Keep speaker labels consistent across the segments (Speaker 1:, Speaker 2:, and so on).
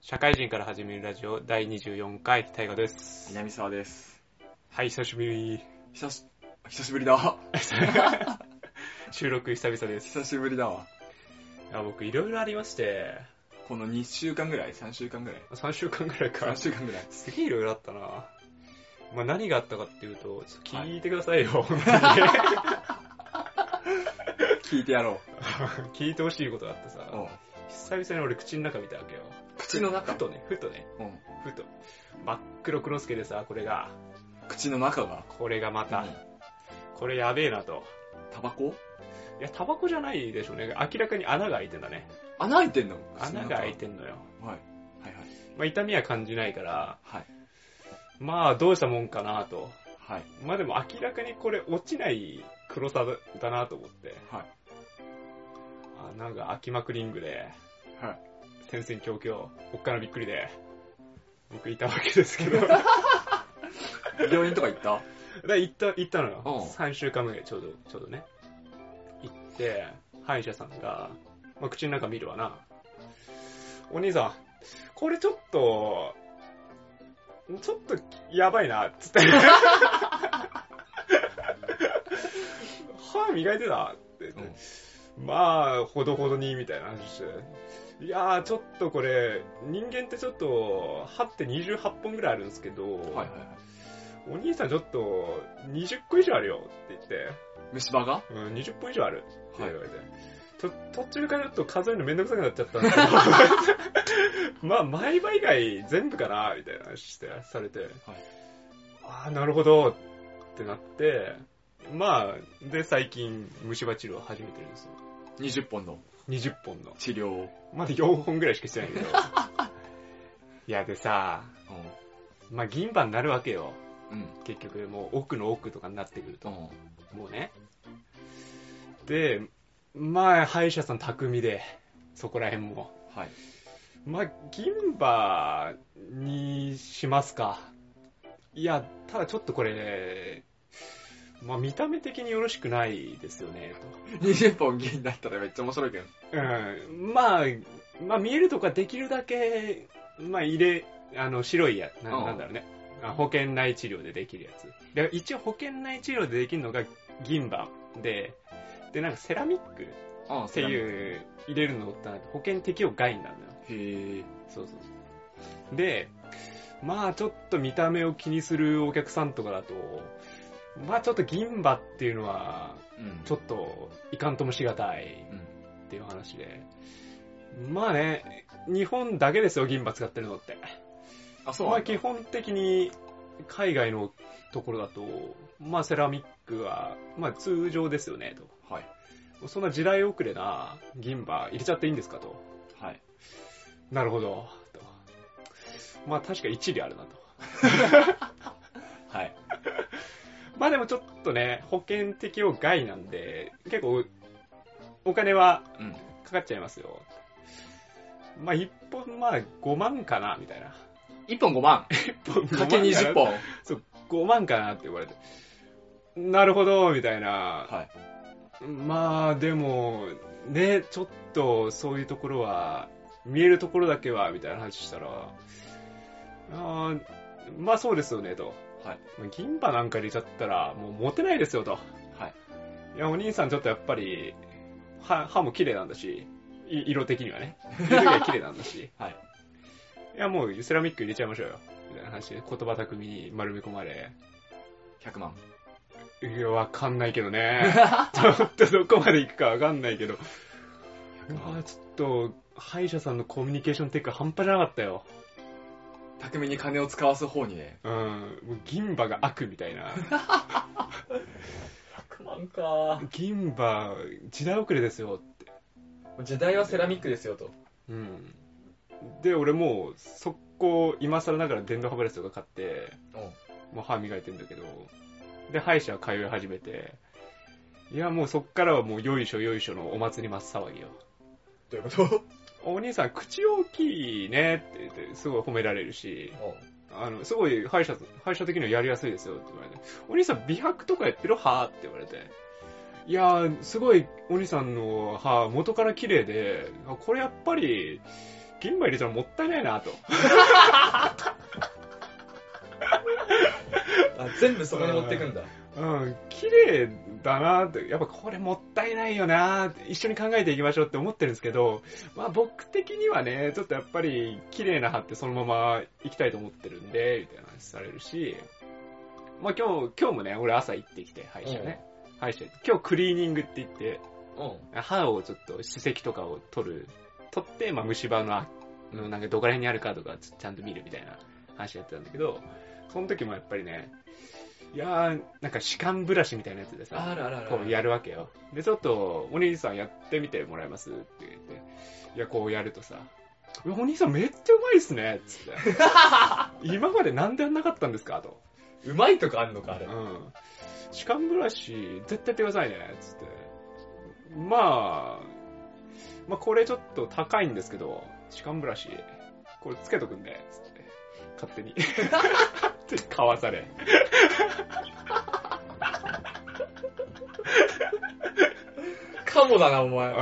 Speaker 1: 社会人から始めるラジオ第24回、大河です。
Speaker 2: 南沢です。
Speaker 1: はい、久しぶり。
Speaker 2: 久し、久しぶりだ。
Speaker 1: 収録久々です。
Speaker 2: 久しぶりだわ。
Speaker 1: あ僕、いろいろありまして、
Speaker 2: この2週間ぐらい ?3 週間ぐらい
Speaker 1: 3週間くらいか
Speaker 2: ?3。週間ぐらい。
Speaker 1: すげえいろいろあったな。まあ、何があったかっていうと、ちょっと聞いてくださいよ、本
Speaker 2: 聞いてやろ
Speaker 1: 当に。聞いてほしいことがあってさ、
Speaker 2: う。うん。
Speaker 1: 久々に俺口の中見たわけよ。
Speaker 2: 口の中
Speaker 1: ふとね、ふとね、
Speaker 2: うん。
Speaker 1: ふと。真っ黒クロスケでさ、これが、
Speaker 2: 口の中が。
Speaker 1: これがまた、
Speaker 2: うん
Speaker 1: これやべえなと。
Speaker 2: タバコ
Speaker 1: いや、タバコじゃないでしょうね。明らかに穴が開いてんだね。
Speaker 2: 穴開いてんの
Speaker 1: 穴が開い
Speaker 2: て
Speaker 1: てんのよ。
Speaker 2: はい。はい
Speaker 1: まあ、痛みは感じないから、
Speaker 2: はい。
Speaker 1: まあ、どうしたもんかなと。
Speaker 2: はい。はい。
Speaker 1: まあでも明らかにこれ落ちない黒さだなと思って。
Speaker 2: はい。
Speaker 1: あなんか秋マクリングで、
Speaker 2: はい。
Speaker 1: 戦々恐々、おっかなびっくりで、僕いたわけですけど。だか
Speaker 2: 病院とか行った
Speaker 1: ら行った、行ったのよ。
Speaker 2: うん
Speaker 1: 3週間前ちょうど、ちょうどね。行って、歯医者さんが、まあ、口の中見るわな。お兄さん、これちょっと、ちょっとやばいな、つって。 歯磨いてたって言って。まあ、ほどほどに、みたいな話して。いやー、ちょっとこれ、人間ってちょっと、歯って28本ぐらいあるんですけど、
Speaker 2: はいはいはい。
Speaker 1: お兄さんちょっと、20個以上あるよって言って、
Speaker 2: 虫歯が
Speaker 1: うん、20本以上あるって言わ
Speaker 2: はい
Speaker 1: れて。と途中からちょっと数えるのめんどくさくなっちゃったんです けど、まあ、毎場以外全部かな、みたいな話して、されて、ああ、なるほど、ってなって、まあ、で、最近、虫歯治療を始めてるんですよ。
Speaker 2: 20本の
Speaker 1: 20本の。
Speaker 2: 治療を。
Speaker 1: まだ4本ぐらいしかし てないけど。いや、でさ、まあ、銀歯になるわけよ。
Speaker 2: うん。うん。
Speaker 1: 結局、もう奥の奥とかになってくると。
Speaker 2: うん。
Speaker 1: もうね。で、まあ、歯医者さん巧みで、そこら辺も。
Speaker 2: はい。
Speaker 1: まあ、銀歯にしますか。いや、ただちょっとこれ、まあ、見た目的によろしくないですよね、と。
Speaker 2: 20本銀だったらめっちゃ面白いけど。
Speaker 1: うんまあ、まあ見えるとこはできるだけ、まあ入れ、あの、白いや、な
Speaker 2: うん
Speaker 1: なんだろうね。あ保険内治療でできるやつ。で一応保険内治療でできるのが銀歯で、で、なんかセラミックっ
Speaker 2: うん、
Speaker 1: て
Speaker 2: う。
Speaker 1: いう入れるのって保険適用外になるのよ。
Speaker 2: へぇ
Speaker 1: そうそうそう。で、まあちょっと見た目を気にするお客さんとかだと、まあちょっと銀歯っていうのは、
Speaker 2: うん。
Speaker 1: ちょっといかんともしがたい。
Speaker 2: うん。
Speaker 1: っていう話で。まあね、日本だけですよ、銀歯使ってるのって。
Speaker 2: あ、そう
Speaker 1: ま
Speaker 2: なん
Speaker 1: あ
Speaker 2: だ
Speaker 1: 基本的に海外のところだと、まあセラミックは、まあ通常ですよね、
Speaker 2: はい。
Speaker 1: と。そんな時代遅れな銀歯入れちゃっていいんですかと。
Speaker 2: はい。
Speaker 1: なるほど、と。まあ確か一理あるなと。
Speaker 2: はい。
Speaker 1: まあでもちょっとね、保険適用外なんで、結構お金は
Speaker 2: うん。
Speaker 1: かかっちゃいますよ。まあ一本、まあ5万かな、みたいな。
Speaker 2: 1本5万。かけ20本。
Speaker 1: そう、5万かなって言われて。なるほど、みたいな。
Speaker 2: はい。
Speaker 1: まあ、でも、ね、ちょっと、そういうところは、見えるところだけは、みたいな話したら、あーまあそうですよね、と。
Speaker 2: はい。
Speaker 1: 銀歯なんか入れちゃったら、もう持てないですよ、と。
Speaker 2: はい。
Speaker 1: いや、お兄さんちょっとやっぱり、歯、歯も綺麗なんだし、い色的には ね。色が綺麗なんだし。
Speaker 2: はい。
Speaker 1: いや、もうセラミック入れちゃいましょうよ。みたいな話で、言葉巧みに丸め込まれ。
Speaker 2: 100万。
Speaker 1: いや、わかんないけ どね。ちょっとどこまで行くかわかんないけど。まあ、ちょっと、歯医者さんのコミュニケーションテック半端じゃなかったよ。
Speaker 2: 巧みに金を使わす方にね。
Speaker 1: うん。もう銀歯が悪みたいな。
Speaker 2: 100万か
Speaker 1: 銀歯、時代遅れですよ。
Speaker 2: 時代はセラミックですよと。
Speaker 1: うん。で、俺もう、速攻、今更ながら電動歯ブラシとか買って、もう歯磨いてんだけど、で、歯医者通い始めて、いや、もうそっからはもう、よいしょよいしょのお祭り真っ騒ぎよ。
Speaker 2: どういうこと
Speaker 1: お兄さん、口大きいねって言って、すごい褒められるし、あの、すごい歯医者、歯医者的にはやりやすいですよって言われて、お兄さん、美白とかやってる歯って言われて、いやー、すごいお兄さんの歯、元から綺麗で、あこれやっぱり、銀歯入れたらもったいないなと。
Speaker 3: あ全部そこに持ってくんだ。
Speaker 1: うん、綺麗だなって、やっぱこれもったいないよなって一緒に考えていきましょうって思ってるんですけど、まあ僕的にはね、ちょっとやっぱり綺麗な歯ってそのまま行きたいと思ってるんで、みたいな話されるし、まあ今日、今日もね、俺朝行ってきて、歯医者ね。歯医者、今日クリーニングって言って、
Speaker 3: う
Speaker 1: 歯をちょっと歯石とかを取る、取って、まあ虫歯のあのなんかどこら辺にあるかとかちちゃんと見るみたいな話やってたんだけど、その時もやっぱりね、いやー、なんか歯間ブラシみたいなやつで
Speaker 3: ん。あ
Speaker 1: さ、
Speaker 3: るあるある。
Speaker 1: こうやるわけよ。で、ちょっと、お兄さんやってみてもらえますって言って、いや、こうやるとさ、うわお兄さんめっちゃうまいっすねっつって。今までなんでやんなかったんですかと。
Speaker 3: うまいとかあんのか、あれ。
Speaker 1: うん。歯間ブラシ、絶対やってくださいね、つって。まあ、まあこれちょっと高いんですけど、歯間ブラシ、これつけとくんで、つって。勝手に。 って買わされ。
Speaker 3: かもだな、お前。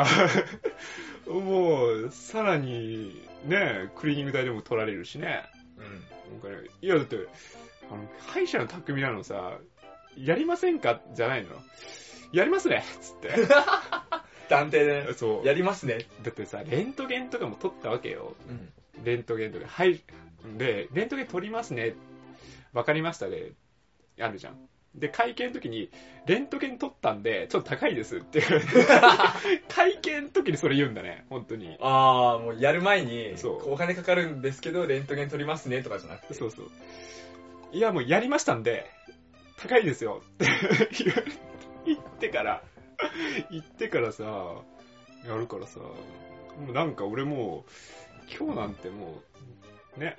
Speaker 1: もう、さらに、ね、クリーニング代でも取られるしね。
Speaker 3: うん。
Speaker 1: なんかねいや、だって、あの、歯医者の匠なのさ、やりませんかじゃないの。やりますねつ って。
Speaker 3: 断定で。
Speaker 1: そう。
Speaker 3: やりますね。
Speaker 1: だってさ、レントゲンとかも撮ったわけよ。
Speaker 3: うん。
Speaker 1: レントゲンとか、はい、で、レントゲン撮りますね。わかりましたで、あるじゃん。で、会計の時に、レントゲン撮ったんで、ちょっと高いですって いう。会計の時にそれ言うんだね、本当に。
Speaker 3: ああ、もうやる前に、
Speaker 1: そう
Speaker 3: お金かかるんですけど、レントゲン取りますね、とかじゃなくて。
Speaker 1: そうそう。いや、もうやりましたんで、高いですよ って言われて言ってから、言ってからさ、やるからさ、もうなんか俺もう、今日なんてもう、ね、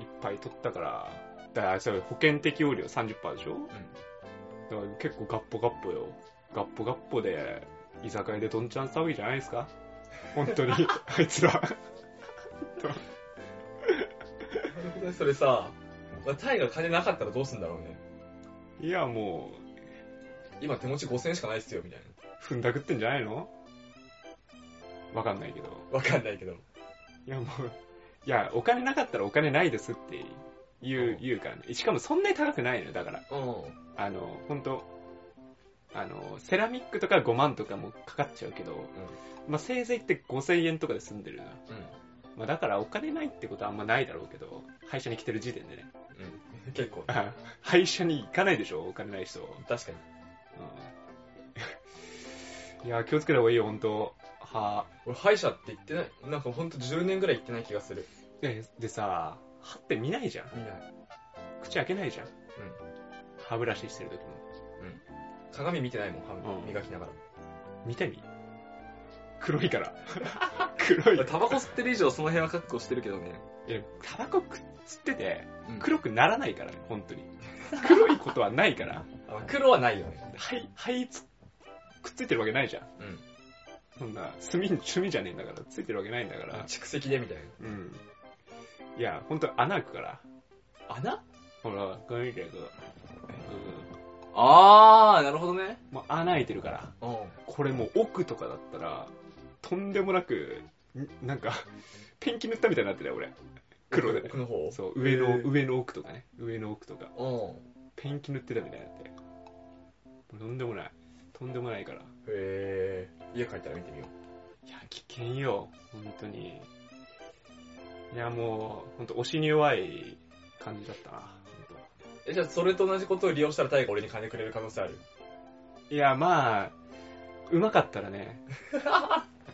Speaker 1: いっぱい取ったから、だからそれ保険適用料30%でしょだから結構ガッポガッポよ。ガッポガッポで、居酒屋でどんちゃん騒ぎじゃないですか本当に、あいつら。
Speaker 3: うん。それさ、まあタイが金なかったらどうすんだろうね。
Speaker 1: いや、も、
Speaker 3: 今手持ち5000円しかないっすよ、みたいう
Speaker 1: 踏んだくってんじゃないのわかんないけど。
Speaker 3: な。わかんないけど。
Speaker 1: いや、もう、いや、お金なかったらお金ないですって言う、
Speaker 3: うん
Speaker 1: 言うからね。しかもそんなに高くないのよ、だから。
Speaker 3: う
Speaker 1: あの、ほんと、あの、セラミックとか5万とかもかかっちゃうけど、まあ、せいぜいって5000円とかで済んでるな。
Speaker 3: ん。うん。
Speaker 1: まあ、だからお金ないってことはあんまないだろうけど、歯医者に来てる時点でね。
Speaker 3: うん。結構。
Speaker 1: あ歯医者に行かないでしょお金ない人。
Speaker 3: 確かに。
Speaker 1: うん いや、気をつけた方がいいよ、ほんと。歯。
Speaker 3: 俺、歯医者って言ってない。なんかほんと10年ぐらい行ってない気がする。
Speaker 1: ででさ、歯って見ないじゃん。
Speaker 3: 見ない。
Speaker 1: 口開けないじゃん。歯ブラシしてる時も。
Speaker 3: 鏡見てないもん、歯
Speaker 1: うん
Speaker 3: 磨きながら。
Speaker 1: 見てみ黒い から。黒い。
Speaker 3: タバコ吸ってる以上その辺は覚悟してるけどね。
Speaker 1: えタバコくっつってて、
Speaker 3: 黒
Speaker 1: 黒くならないからね、ほん とに。黒いことはないから。
Speaker 3: あ黒はないよね。
Speaker 1: はい、はいつ、くっついてるわけないじゃん。
Speaker 3: うん。
Speaker 1: そんな、炭に、炭じゃねえんだから、ついてるわけないんだから。
Speaker 3: 蓄積でみたい
Speaker 1: うん。いや、ほんと穴開くから。
Speaker 3: な。穴
Speaker 1: ほら、これ見てよ、これ
Speaker 3: あー、なるほどね。
Speaker 1: うん。もう穴開いてるから。
Speaker 3: うん。
Speaker 1: これもう奥とかだったら、とんでもなく、んなんか、ペンキ塗ったみたいになってたよ、俺。黒で。
Speaker 3: 奥の方
Speaker 1: そう、上の、
Speaker 3: へー
Speaker 1: 上の奥とかね。上の奥とか。
Speaker 3: う
Speaker 1: ペンキ塗ってたみたいになって。もうとんでもない。とんでもないから。
Speaker 3: ん。へー。家帰ったら見てみよ
Speaker 1: いや、危険よ。本当に。いや、もう、ほんと、押しに弱い感じだったな。ほんと
Speaker 3: う。え、じゃあそれと同じことを利用したら大が俺に金くれる可能性ある
Speaker 1: いや、まあ、うまかったら ね、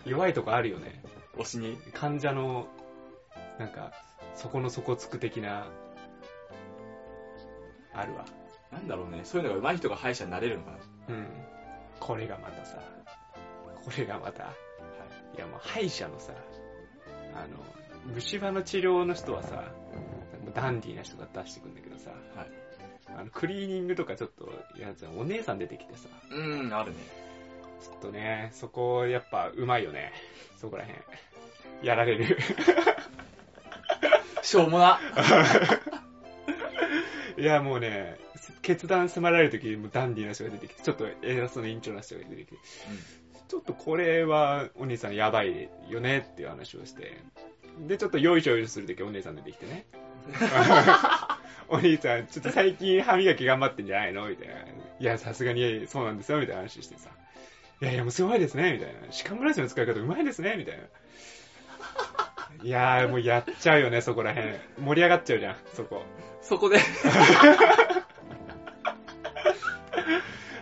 Speaker 1: 弱いとこあるよね。
Speaker 3: 推しに。
Speaker 1: 患者の、なんか、そこの底つく的な、あるわ。
Speaker 3: なんだろうね。そういうのが上手い人が歯医者になれるのかな。
Speaker 1: うん。これがまたさ、これがまた、いやもう歯医者のさ、あの、虫歯の治療の人はさ、ダンディーな人が出してくんだけどさ、
Speaker 3: はい
Speaker 1: あのクリーニングとかちょっと、やつお姉さん出てきてさ、
Speaker 3: うん、あるね。
Speaker 1: ちょっとね、そこ、やっぱ、うまいよね。そこらへん。やられる。
Speaker 3: しょうもな。
Speaker 1: いや、もうね、決断迫られるとき、もうダンディーな人が出てきて、ちょっと偉そうな委員長な人が出てきて、ちょっとこれはお兄さんやばいよねっていう話をして、で、ちょっとよいしょよいしょするときお姉さん出てきてね。お兄さん、ちょっと最近歯磨き頑張ってんじゃないのみたいな。いや、さすがにそうなんですよ、みたいな話してさ。いやいや、もうすごいですね、みたいな。歯間ブラシの使い方うまいですね、みたいな。いやー、もうやっちゃうよね、そこら辺。盛り上がっちゃうじゃん、そこ。
Speaker 2: そこで、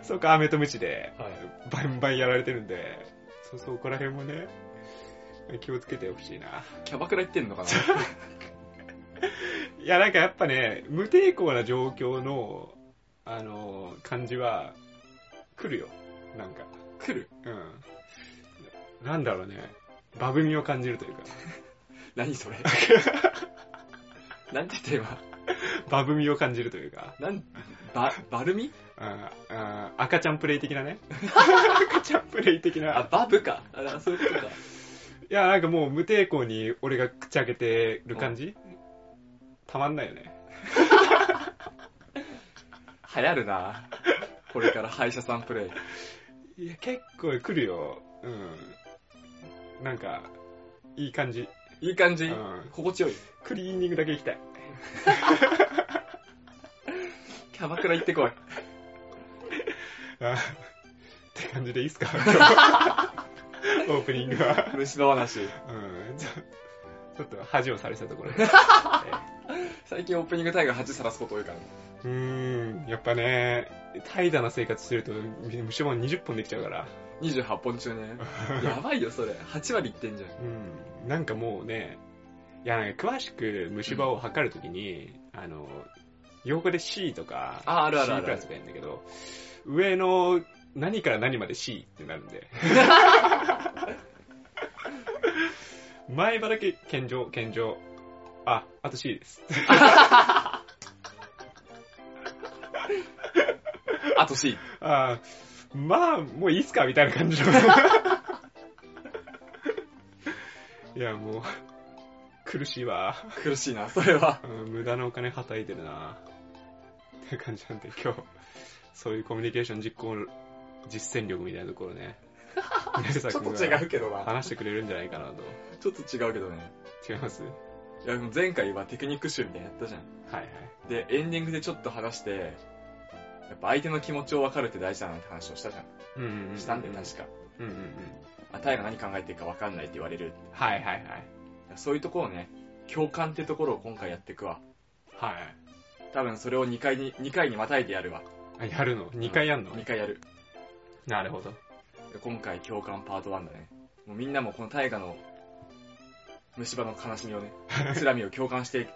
Speaker 1: そこ、アメとムチで、
Speaker 2: はい、
Speaker 1: バンバンやられてるんで、そう、そこら辺もね、気をつけてほしいな。
Speaker 3: キャバクラ行ってんのかない
Speaker 1: や、なんかやっぱね、無抵抗な状況の、あの、感じは、来るよ。なんか。
Speaker 3: 来る
Speaker 1: うん。なんだろうね。バブみを感じるというか、
Speaker 3: 何それなんて言った今
Speaker 1: バブみを感じるというか、
Speaker 3: なんばバルミ
Speaker 1: うんうん赤ちゃんプレイ的なね。赤ちゃんプレイ的な。
Speaker 3: あバブかあらそういうこと
Speaker 1: い
Speaker 3: か
Speaker 1: や、なんかもう無抵抗に俺が口開けてる感じたまんないよね。
Speaker 3: 流行るなこれから歯医者さんプレイ
Speaker 1: いや、結構来るよ。うん。なんか、いい感じ。
Speaker 3: いい感じ、
Speaker 1: うん
Speaker 3: 心地よい
Speaker 1: クリーニングだけ行きたい。
Speaker 3: キャバクラ行ってこい
Speaker 1: あって感じでいいっすかオープニングは。
Speaker 3: 虫の話
Speaker 1: うん。ちょちょっと恥をされたところで。
Speaker 3: 最近オープニングタイガー恥さらすこと多いからね
Speaker 1: うーん、やっぱね、怠惰な生活してると、虫歯20本できちゃうから。
Speaker 3: 28本中ねやばいよそれ8割いってんじゃん
Speaker 1: うん。なんかもうね、いや、なんか詳しく虫歯を測るときに、あの、用語で C とか、
Speaker 3: ああるあるあ
Speaker 1: C
Speaker 3: る
Speaker 1: プラスとか言うんだけど、上の何から何まで C ってなるんで。 前歯だけ健常、健常。あ、あと C です。
Speaker 3: あと C
Speaker 1: あーまあ、もういいっすかみたいな感 じの。いや、もう、苦しいわ。
Speaker 3: 苦しいなそれは
Speaker 1: うん無駄なお金はたいてるな。っていう感じなんで、今日、そういうコミュニケーション実行、実践力みたいなところね。宮
Speaker 3: ちょ
Speaker 1: 下
Speaker 3: っと
Speaker 1: 君
Speaker 3: 違
Speaker 1: が
Speaker 3: うけどな
Speaker 1: 話してくれるんじゃないかなと。
Speaker 3: ちょっと違うけどね
Speaker 1: 違いますはい
Speaker 3: やでも前回はテクニック集みたいなのやったじゃん
Speaker 1: はい。
Speaker 3: でエンディングでちょっと話してやっぱ相手の気持ちを分かるって大事だなって話をしたじゃん、
Speaker 1: うんうんうん。
Speaker 3: したんで確か
Speaker 1: うんうんうん。
Speaker 3: あタイが何考えてるか分かんないって言われる
Speaker 1: はいはいはい。
Speaker 3: そういうところをね共感ってところを今回やっていくわ
Speaker 1: はい
Speaker 3: 多分それを2回に2回にまたいでやるわ
Speaker 1: あ。やるの ?2 回やんの、
Speaker 3: 2回やる
Speaker 1: なるほど。
Speaker 3: 今回共感パート1だねもうみんなもこの大河の虫歯の悲しみ をねつらみを共感していく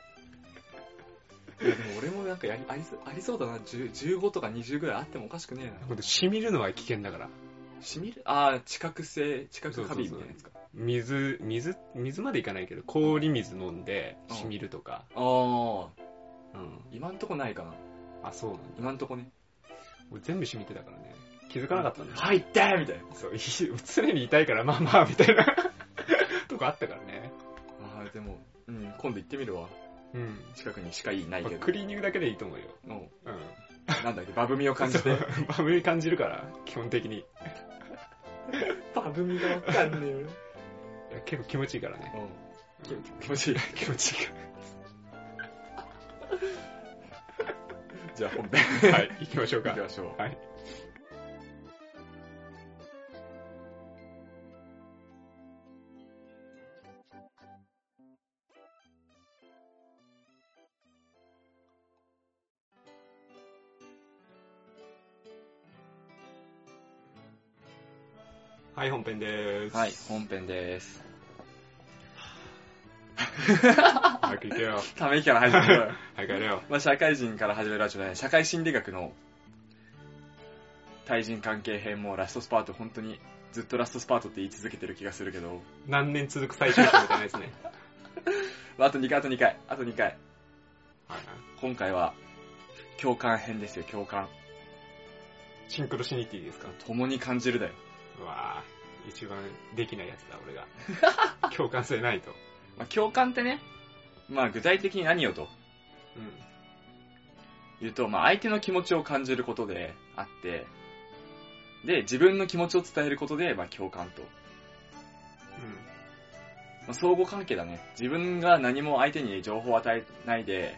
Speaker 3: いやでも俺もなんかやりありそうありそうだな10 15とか20ぐらいあってもおかしくねえな
Speaker 1: ほんと、染みるのは危険だから。
Speaker 3: しみるああ知覚性知覚過敏みたいなやつか
Speaker 1: 水、水、水までいかないけど、氷水飲んで、染みるとか。
Speaker 3: ああ
Speaker 1: うん。
Speaker 3: 今んとこないかな
Speaker 1: あ、そうなんだ。
Speaker 3: 今んとこね
Speaker 1: 俺全部染みてたからね。気づかなかったんだよ。
Speaker 3: 入ってみたいな
Speaker 1: そう、い 常に痛いから、まあまあ、みたいな とこあったからね。
Speaker 3: ああでもうん今度行ってみるわ
Speaker 1: うん。
Speaker 3: 近くにしかいない
Speaker 1: ま
Speaker 3: け
Speaker 1: あ
Speaker 3: ど
Speaker 1: クリーニングだけでいいと思うよ。
Speaker 3: うん
Speaker 1: うん。
Speaker 3: なんだっけバブみを感じて
Speaker 1: そう。 まあ、無理感じるから、基本的に。い
Speaker 3: バブみがわかんねえよ、うん
Speaker 1: や結構気持ちいいからね。
Speaker 3: き、気持ちいい
Speaker 1: 気持ちいいか
Speaker 3: じゃあ本編
Speaker 1: ら。はい、行きましょう
Speaker 3: 行
Speaker 1: か
Speaker 3: き。ましょう
Speaker 1: はい。はい、本編でーす。
Speaker 3: はい、本編です。
Speaker 1: 早く行けよ。
Speaker 3: ため息から始める。
Speaker 1: 早くやれよ。
Speaker 3: まあ、社会人から始めるラジオね、社会心理学の対人関係編もラストスパート、本当にずっとラストスパートって言い続けてる気がするけど、
Speaker 1: 何年続く最終回みたいなやつね。
Speaker 3: まあ、あと2回、あと2回、あと2回。
Speaker 1: はいはい。
Speaker 3: 今回は、共感編ですよ、共感。
Speaker 1: シンクロシニティですか
Speaker 3: 共に感じるだよ。
Speaker 1: うわぁ、一番できないやつだ、俺が。 共感性ないと。
Speaker 3: まあ、共感ってね、まあ、具体的に何をと
Speaker 1: うん。
Speaker 3: 言うと、まあ、相手の気持ちを感じることであって、で、自分の気持ちを伝えることで、まあ、共感と。まあ、相互関係だね。自分が何も相手に情報を与えないで、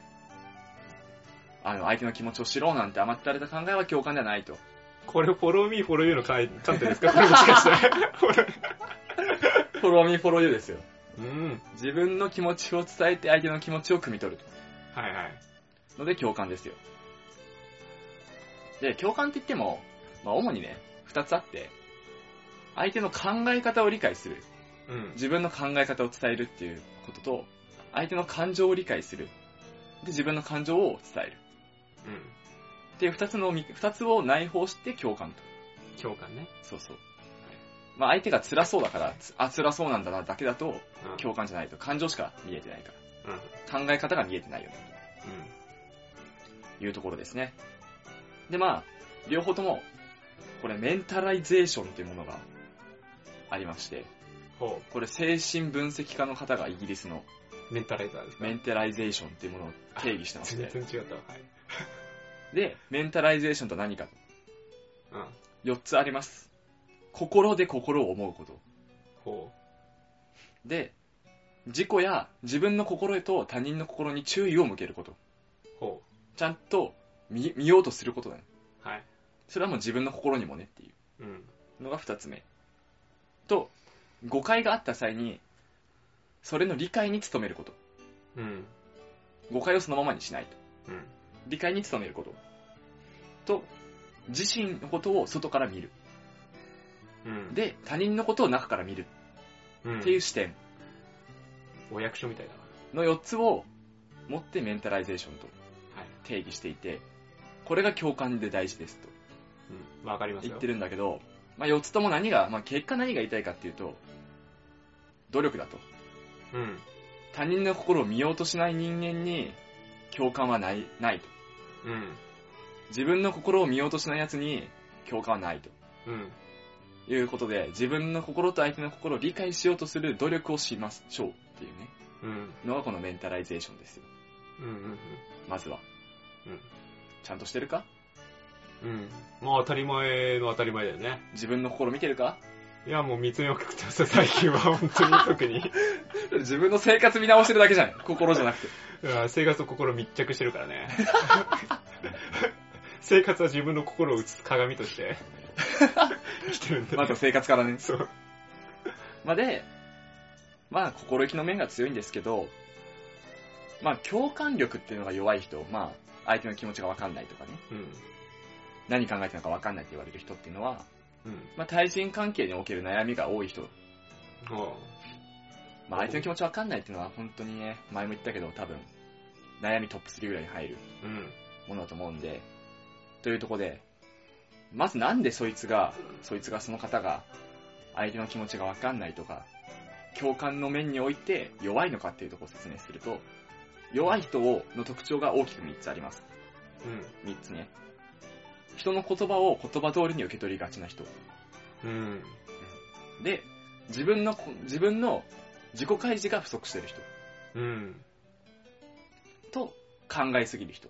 Speaker 3: あの、相手の気持ちを知ろうなんて甘ったれた考えは共感ではないと。
Speaker 1: これ、フォローミー、フォローユーの観観点ですかこれもしかして。
Speaker 3: フォローミーフォローユーですよ。
Speaker 1: うん。
Speaker 3: 自分の気持ちを伝えて相手の気持ちを汲み取る。
Speaker 1: はいはい。
Speaker 3: ので共感ですよ。で、共感って言っても、まあ主にね、二つあって、相手の考え方を理解する。
Speaker 1: うん。
Speaker 3: 自分の考え方を伝えるっていうことと、相手の感情を理解する。で、自分の感情を伝える。
Speaker 1: う
Speaker 3: っていう二つのみ、二つを内包して共感と。
Speaker 1: ん。共感ね。
Speaker 3: そうそう。まあ相手が辛そうだから、つあ、辛そうなんだなだけだと、
Speaker 1: うん。
Speaker 3: 共感じゃないと。感情しか見えてないから。
Speaker 1: うん。うん。
Speaker 3: 考え方が見えてないよね。いうところですね。で、まあ、両方とも、これメンタライゼーションというものがありまして、
Speaker 1: ほ
Speaker 3: これ精神分析家の方がイギリスの
Speaker 1: う。メンタライザーですか
Speaker 3: メンタライゼーションというものを定義してまし
Speaker 1: 全
Speaker 3: て、
Speaker 1: 然違ったわ。はい。
Speaker 3: で、メンタライゼーションとは何かと、
Speaker 1: うん。
Speaker 3: 4つあります。心で心を思うこと。
Speaker 1: ほ
Speaker 3: で、自己や自分の心へと他人の心に注意を向けること。
Speaker 1: う。ほ
Speaker 3: ちゃんと見見ようとすることだね。
Speaker 1: う。はい。
Speaker 3: それはもう自分の心にもねっていう。
Speaker 1: うん。
Speaker 3: のが二つ目と誤解があった際にそれの理解に努めること
Speaker 1: うん。
Speaker 3: 誤解をそのままにしない
Speaker 1: う
Speaker 3: と
Speaker 1: ん。
Speaker 3: 理解に努めることと自身のことを外から見る
Speaker 1: うん。
Speaker 3: で他人のことを中から見る
Speaker 1: うん、
Speaker 3: っていう視点
Speaker 1: お役所みたいだ
Speaker 3: の4つを持ってメンタライゼーションと
Speaker 1: な。はい。
Speaker 3: 定義していてこれが共感で大事ですと
Speaker 1: うん。わかりますよ。
Speaker 3: 言ってるんだけど、まあ、4つとも何が、まあ、結果何が言いたいかっていうと努力だと
Speaker 1: うん。
Speaker 3: 他人の心を見ようとしない人間に共感はない、ないと。
Speaker 1: うん。
Speaker 3: 自分の心を見ようとしない奴に共感はないと。
Speaker 1: うん。
Speaker 3: いうことで、自分の心と相手の心を理解しようとする努力をしましょうっていうね、
Speaker 1: うん。
Speaker 3: のがこのメンタライゼーションですよ。
Speaker 1: うん。うん。
Speaker 3: まずは。
Speaker 1: うん。
Speaker 3: ちゃんとしてるか
Speaker 1: うん。まあ当たり前の当たり前だよね。
Speaker 3: 自分の心見てるか
Speaker 1: いや、もう見つめよく食ってますよ、最近は。本当に特に。
Speaker 3: 自分の生活見直してるだけじゃん。心じゃなくて。
Speaker 1: うん生活と心密着してるからね。 生活は自分の心を映す鏡として 生きてるんだ、
Speaker 3: まずは生活からね。
Speaker 1: そう。
Speaker 3: まあで、まあ心意気の面が強いんですけど、まあ共感力っていうのが弱い人、まあ相手の気持ちがわかんないとかね、
Speaker 1: うん。
Speaker 3: 何考えてるのかわかんないって言われる人っていうのは、
Speaker 1: うん。
Speaker 3: まあ対人関係における悩みが多い人、
Speaker 1: も
Speaker 3: まあ相手の気持ちわかんないっていうのは本当にね、前も言ったけど多分、悩みトップ3ぐらいに入る
Speaker 1: う。うん。
Speaker 3: ものだと思うんで、というとこで、まずなんでそいつが、そいつがその方が、相手の気持ちがわかんないとか、共感の面において弱いのかっていうところを説明すると、弱い人をの特徴が大きく3つあります。3つね。人の言葉を言葉通りに受け取りがちな人。
Speaker 1: うん。うん。
Speaker 3: で、自分のこ、自分の自己開示が不足してる人。
Speaker 1: うん。
Speaker 3: と、考えすぎる人。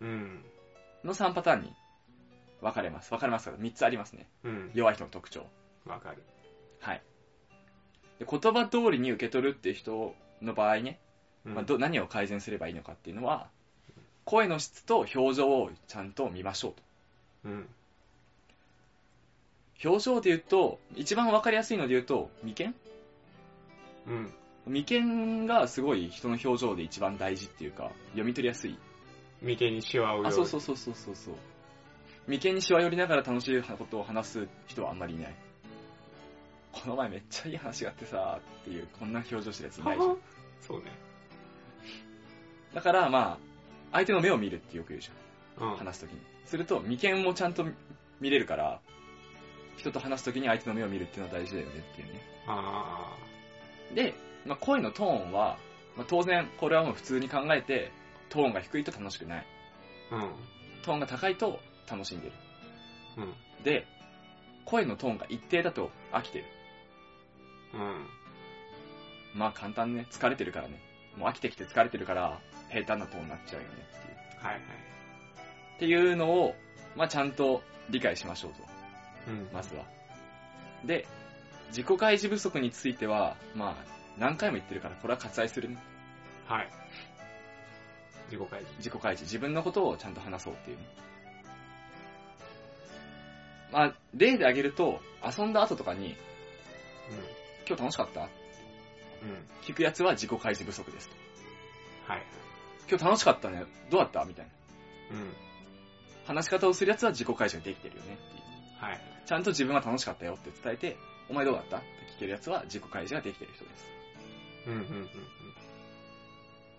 Speaker 1: うん。
Speaker 3: の3パターンに分かれます。分かれますから3つありますね。
Speaker 1: うん。
Speaker 3: 弱い人の特徴。
Speaker 1: わかる。
Speaker 3: はい。で言葉通りに受け取るっていう人の場合ね、
Speaker 1: うん
Speaker 3: まあ、ど何を改善すればいいのかっていうのは、声の質と表情をちゃんと見ましょう
Speaker 1: うん。
Speaker 3: と。表情で言うと、一番わかりやすいので言うと、眉間
Speaker 1: うん。
Speaker 3: 眉間がすごい人の表情で一番大事っていうか、読み取りやすい。
Speaker 1: 眉間にシワを
Speaker 3: あ、そう
Speaker 1: う。
Speaker 3: そうそうそうそうそう。眉間にしわ寄りながら楽しいことを話す人はあんまりいない。この前めっちゃいい話があってさ、っていう、こんな表情してるやついないじゃん
Speaker 1: はそうね。
Speaker 3: だから、まあ、相手の目を見るってよく言うじ
Speaker 1: う
Speaker 3: ゃん。
Speaker 1: ん。
Speaker 3: 話すときに。すると、眉間もちゃんと見れるから、人と話すときに相手の目を見るっていうのは大事だよねっていうね。
Speaker 1: あ
Speaker 3: で、まあ、声のトーンは、まあ、当然、これはもう普通に考えて、トーンが低いと楽しくない。
Speaker 1: あ。うん。
Speaker 3: トーンが高いと楽しんでる。
Speaker 1: うん。
Speaker 3: で、声のトーンが一定だと飽きてる。
Speaker 1: うん。
Speaker 3: まあ簡単ね、疲れてるからね。もう飽きてきて疲れてるから、平坦なトーンになっちゃうよねっていう。
Speaker 1: はいはい。
Speaker 3: っていうのを、まあちゃんと理解しましょうと。
Speaker 1: うん。
Speaker 3: まずは。で、自己開示不足については、まあ、何回も言ってるから、これは割愛するね。
Speaker 1: はい。自己開示。
Speaker 3: 自己開示。自分のことをちゃんと話そうっていうね。まあ、例で挙げると、遊んだ後とかに、今日楽しかった
Speaker 1: うん。うん。
Speaker 3: 聞くやつは自己開示不足ですと。
Speaker 1: はい。
Speaker 3: 今日楽しかったね。どうだったみたいな。
Speaker 1: うん。
Speaker 3: 話し方をするやつは自己開示ができてるよねっていう。
Speaker 1: はい。
Speaker 3: ちゃんと自分は楽しかったよって伝えて、お前どうだったって聞けるやつは自己開示ができてる人です。
Speaker 1: うんうんうんうん。
Speaker 3: 今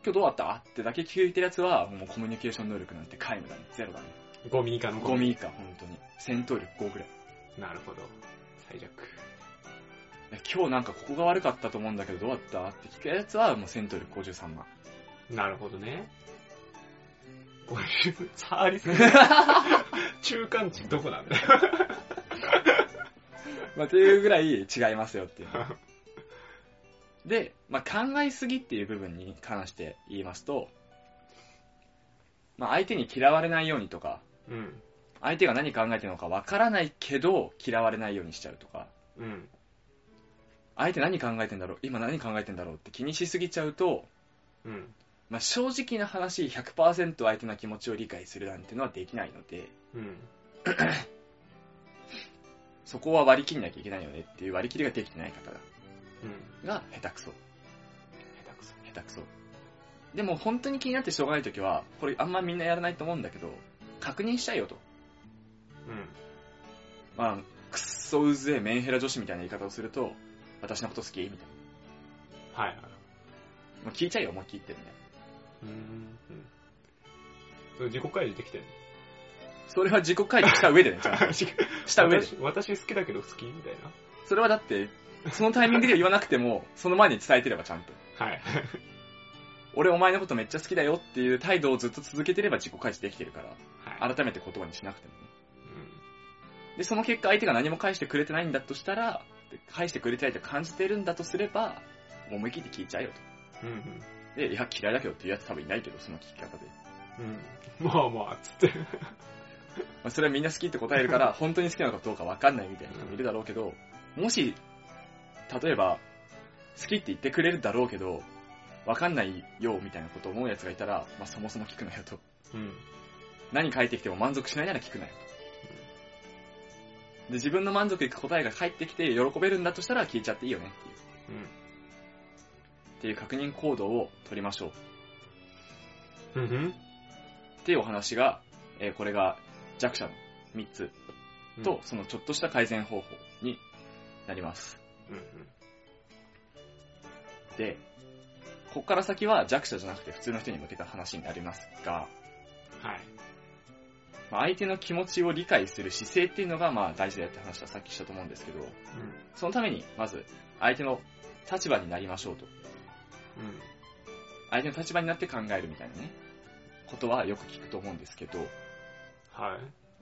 Speaker 3: 日どうだったってだけ聞いてるやつは、もうコミュニケーション能力なんて皆無だね。ゼロだね。
Speaker 1: ゴミ以下の
Speaker 3: ゴ。ミ以下、本当に。戦闘力5ぐらい。
Speaker 1: なるほど。最弱。
Speaker 3: いや今日なんかここが悪かったと思うんだけどどうだったって聞くやつはもう戦闘力53万。
Speaker 1: なるほどね。ゴミ、サーリス中間値どこなんだよ。
Speaker 3: まあ、というぐらい違いますよっていう。で、まあ、考えすぎっていう部分に関して言いますと、まあ、相手に嫌われないようにとか、
Speaker 1: うん。
Speaker 3: 相手が何考えてるのかわからないけど嫌われないようにしちゃうとか、
Speaker 1: うん。
Speaker 3: 相手何考えてんだろう今何考えてんだろうって気にしすぎちゃうと、
Speaker 1: うん。
Speaker 3: まあ、正直な話100%相手の気持ちを理解するなんてのはできないので、
Speaker 1: うん。
Speaker 3: そこは割り切んなきゃいけないよねっていう割り切りができてない方
Speaker 1: うん。
Speaker 3: が下手くそ。
Speaker 1: 下手くそ。
Speaker 3: 下手くそ。でも本当に気になってしょうがないときは、これあんまみんなやらないと思うんだけど、確認したいよと。
Speaker 1: うん。
Speaker 3: まあ、くっそうぜえメンヘラ女子みたいな言い方をすると、私のこと好きみたいな。
Speaker 1: はいはい。
Speaker 3: もう聞いちゃえよ、思いっきり言ってみたいな。
Speaker 1: うーん。それ自己開示できてる
Speaker 3: それは自己開示した上でね、ちゃんと。した上で。
Speaker 1: 私私好きだけど好きみたいな。
Speaker 3: それはだって、そのタイミングでは言わなくても、その前に伝えてればちゃんと。
Speaker 1: はい。
Speaker 3: 俺お前のことめっちゃ好きだよっていう態度をずっと続けてれば自己開示できてるから、
Speaker 1: はい。
Speaker 3: 改めて言葉にしなくてもね。
Speaker 1: うん
Speaker 3: で、その結果相手が何も返してくれてないんだとしたら、で返してくれてないと感じてるんだとすれば、もう思い切って聞いちゃえよ
Speaker 1: うん
Speaker 3: と。で、いや、嫌いだけどっていうやつ多分いないけど、その聞き方で。
Speaker 1: うん。うん。まあまあ、つって。
Speaker 3: まあ、それはみんな好きって答え るから、本当に好きなのかどうかわかんないみたいな人もいるだろうけど、もし、例えば、好きって言ってくれるだろうけど、わかんないよ、みたいなことを思うやつがいたら、まあ、そもそも聞くなよと。
Speaker 1: うん。
Speaker 3: 何返ってきても満足しないなら聞くなよと。で、自分の満足いく答えが返ってきて喜べるんだとしたら聞いちゃっていいよねっていう。っていう確認行動を取りましょうっ
Speaker 1: うん。うん。
Speaker 3: ていうお話が、えーこれが弱者の3つ
Speaker 1: うん
Speaker 3: と、、そのちょっとした改善方法になります。
Speaker 1: うんうん。
Speaker 3: で、ここから先は弱者じゃなくて普通の人に向けた話になりますが、
Speaker 1: はい。
Speaker 3: まあ相手の気持ちを理解する姿勢っていうのがまあ大事だよって話はさっきしたと思うんですけど、そのためにまず相手の立場になりましょうと。
Speaker 1: うん。うん。
Speaker 3: 相手の立場になって考えるみたいなね、ことはよく聞くと思うんですけど、
Speaker 1: はい。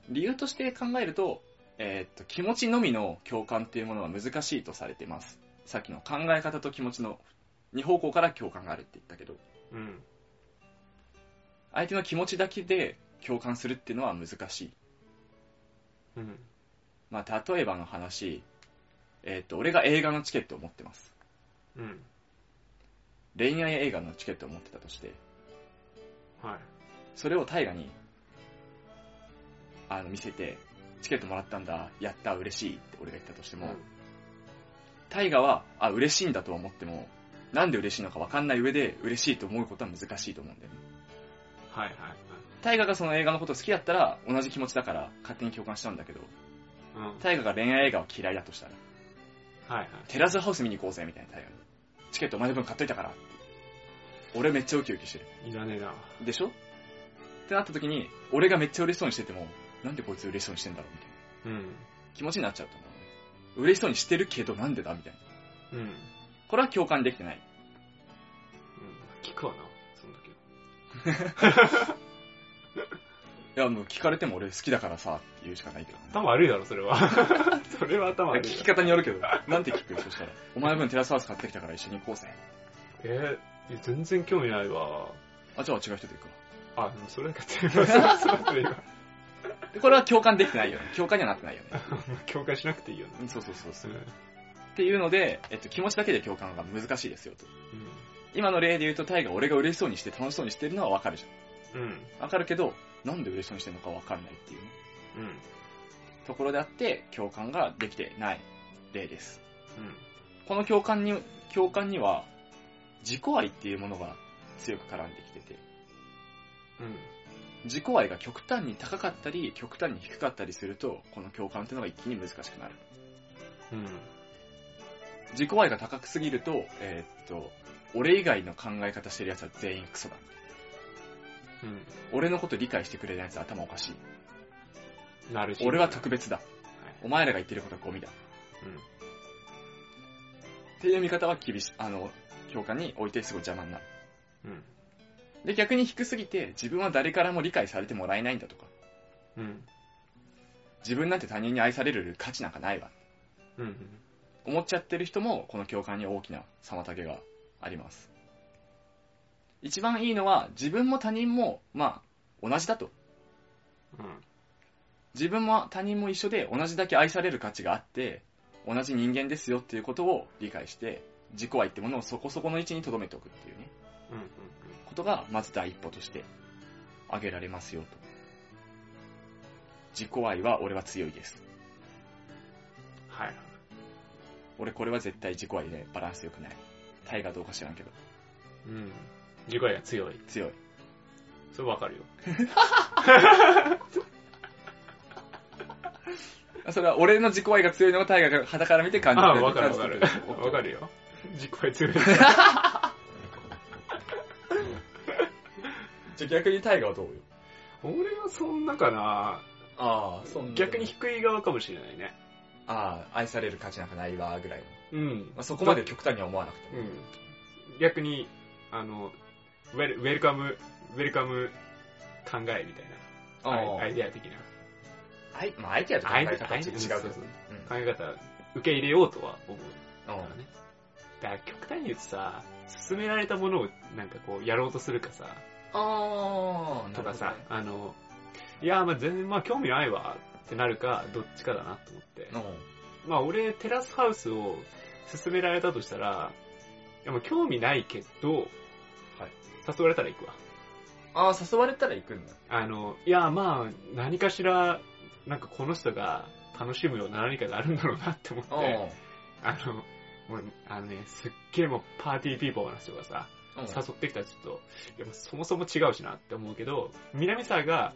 Speaker 3: 理由として考えると、えーっと、気持ちのみの共感っていうものは難しいとされてます。さっきの考え方と気持ちの2方向から共感があるって言ったけど、
Speaker 1: うん。
Speaker 3: 相手の気持ちだけで共感するっていうのは難しい。
Speaker 1: うん。
Speaker 3: まあ、例えばの話、えーっと、俺が映画のチケットを持ってます。
Speaker 1: うん。
Speaker 3: 恋愛映画のチケットを持ってたとして、
Speaker 1: はい。
Speaker 3: それを大河に、あの、見せて、チケットもらったんだ、やった、嬉しいって俺が言ったとしても、タイガは、あ、嬉しいんだとは思っても、なんで嬉しいのか分かんない上で、嬉しいと思うことは難しいと思うんだよね。
Speaker 1: はいはいはい。
Speaker 3: タイガがその映画のこと好きだったら、同じ気持ちだから、勝手に共感しちゃうんだけど、
Speaker 1: うん。はい
Speaker 3: タイガが恋愛映画を嫌いだとしたら、
Speaker 1: はい。
Speaker 3: テラスハウス見に行こうぜ、みたいなタイガに。チケットお前の分買っといたからって。俺めっちゃウキウキしてる。
Speaker 1: いらねえな。
Speaker 3: でしょってなった時に、俺がめっちゃ嬉しそうにしてても、なんでこいつ嬉しそうにしてんだろうみたいな
Speaker 1: うん。
Speaker 3: 気持ちになっちゃうと思うね。嬉しそうにしてるけど、なんでだみたいな。
Speaker 1: うん。うん。
Speaker 3: これは共感できてない。
Speaker 1: 聞くわな、その時。
Speaker 3: いや、もう聞かれても俺好きだからさ、って言うしかないけどね。
Speaker 1: 頭悪いだろ、それは。それは頭
Speaker 3: 聞
Speaker 1: 悪い
Speaker 3: き
Speaker 1: よ。
Speaker 3: 方によるけど、なんて聞くそしたら。お前分テラスハウス買ってきたから一緒に行こうぜ。
Speaker 1: えー、いや全然興味ないわ。
Speaker 3: あ、じゃあ違う人と行く
Speaker 1: あ、でもそれだけ強い。それそれ今。
Speaker 3: わ。で、これは共感できてないよね。共感にはなってないよね。
Speaker 1: 境界しなくていいよね。
Speaker 3: うんそうそうそうそう。っていうので、えっと、気持ちだけで共感が難しいですよと。今の例で言うと、タイが俺が嬉しそうにして楽しそうにしてるのはわかるじ
Speaker 1: うん。うん。
Speaker 3: ゃん。わかるけど、なんで嬉しそうにしてるのかわかんないっていうね
Speaker 1: うん。うん。
Speaker 3: ところであって、共感ができてない例です。この共感に、共感には、自己愛っていうものが強く絡んできてて、
Speaker 1: うん。
Speaker 3: 自己愛が極端に高かったり、極端に低かったりすると、この共感っていうのが一気に難しくなる。
Speaker 1: うん。
Speaker 3: 自己愛が高くすぎると、えーっと、俺以外の考え方してる奴は全員クソだ。
Speaker 1: う
Speaker 3: 俺のこと理解してくれない奴は頭おかしい。
Speaker 1: ん。なるし。
Speaker 3: 俺は特別だ
Speaker 1: い。
Speaker 3: お前らが言ってることはゴミだ。っていう見方は厳しい。あの、共感においてすごい邪魔になる。
Speaker 1: うん。うん。
Speaker 3: で、逆に低すぎて、自分は誰からも理解されてもらえないんだとか、
Speaker 1: うん。
Speaker 3: 自分なんて他人に愛される価値なんかないわ。
Speaker 1: うん。
Speaker 3: 思っちゃってる人も、この共感に大きな妨げがあります。一番いいのは、自分も他人も、まあ、同じだと。
Speaker 1: うん。
Speaker 3: 自分も他人も一緒で同じだけ愛される価値があって同じ人間ですよっていうことを理解して自己愛ってものをそこそこの位置に留めておくっていうね
Speaker 1: うん。
Speaker 3: ことがまず第一歩として挙げられますよと自己愛は俺は強いです
Speaker 1: はい。
Speaker 3: 俺これは絶対自己愛でバランス良くないタイがどうか知らんけど
Speaker 1: うん。自己愛が強い。
Speaker 3: 強い
Speaker 1: それわかるよ。
Speaker 3: それは俺の自己愛が強いのがタイガが肌から見て感じ
Speaker 1: あ
Speaker 3: て
Speaker 1: あ、
Speaker 3: る
Speaker 1: わかるわかる。わか
Speaker 3: る
Speaker 1: る よ。自己愛強い。
Speaker 3: じゃあ逆にタイガはどうよ
Speaker 1: 俺はそんなかな
Speaker 3: ああそん
Speaker 1: 逆に低い側かもしれないね。
Speaker 3: ああ愛される価値なんかないわぐらいの
Speaker 1: うん
Speaker 3: まあ、そこまで極端には思わなくても。
Speaker 1: うん。逆に、あの、ウェルウェルカム、ウェルカム考えみたいな。アイアイデア的な。
Speaker 3: あいまあ、相手やと考え方は違うけど。
Speaker 1: そうそうそう
Speaker 3: う
Speaker 1: 考え
Speaker 3: ん
Speaker 1: 方、受け入れようとは思う
Speaker 3: うん
Speaker 1: からね。だから極端に言うとさ、勧められたものをなんかこう、やろうとするかさ、
Speaker 3: あー、
Speaker 1: とか
Speaker 3: な
Speaker 1: さ
Speaker 3: る、
Speaker 1: あの、いや、まあ全然、まあ興味ないわってなるか、どっちかだなと思って。
Speaker 3: ほどね。
Speaker 1: まあ俺、テラスハウスを勧められたとしたら、いやまあ興味ないけど、誘われたら行くわ。
Speaker 3: うんあー、誘われたら行くんだ。
Speaker 1: あの、いや、まあ、何かしら、なんかこの人が楽しむような何かがあるんだろうなって思っ
Speaker 3: うん
Speaker 1: て、あの、もう、あのね、すっげえもうパーティーピーポーな人がさ、
Speaker 3: うん
Speaker 1: 誘ってきたらちょっと、いや、もうそもそも違うしなって思うけど、南沢が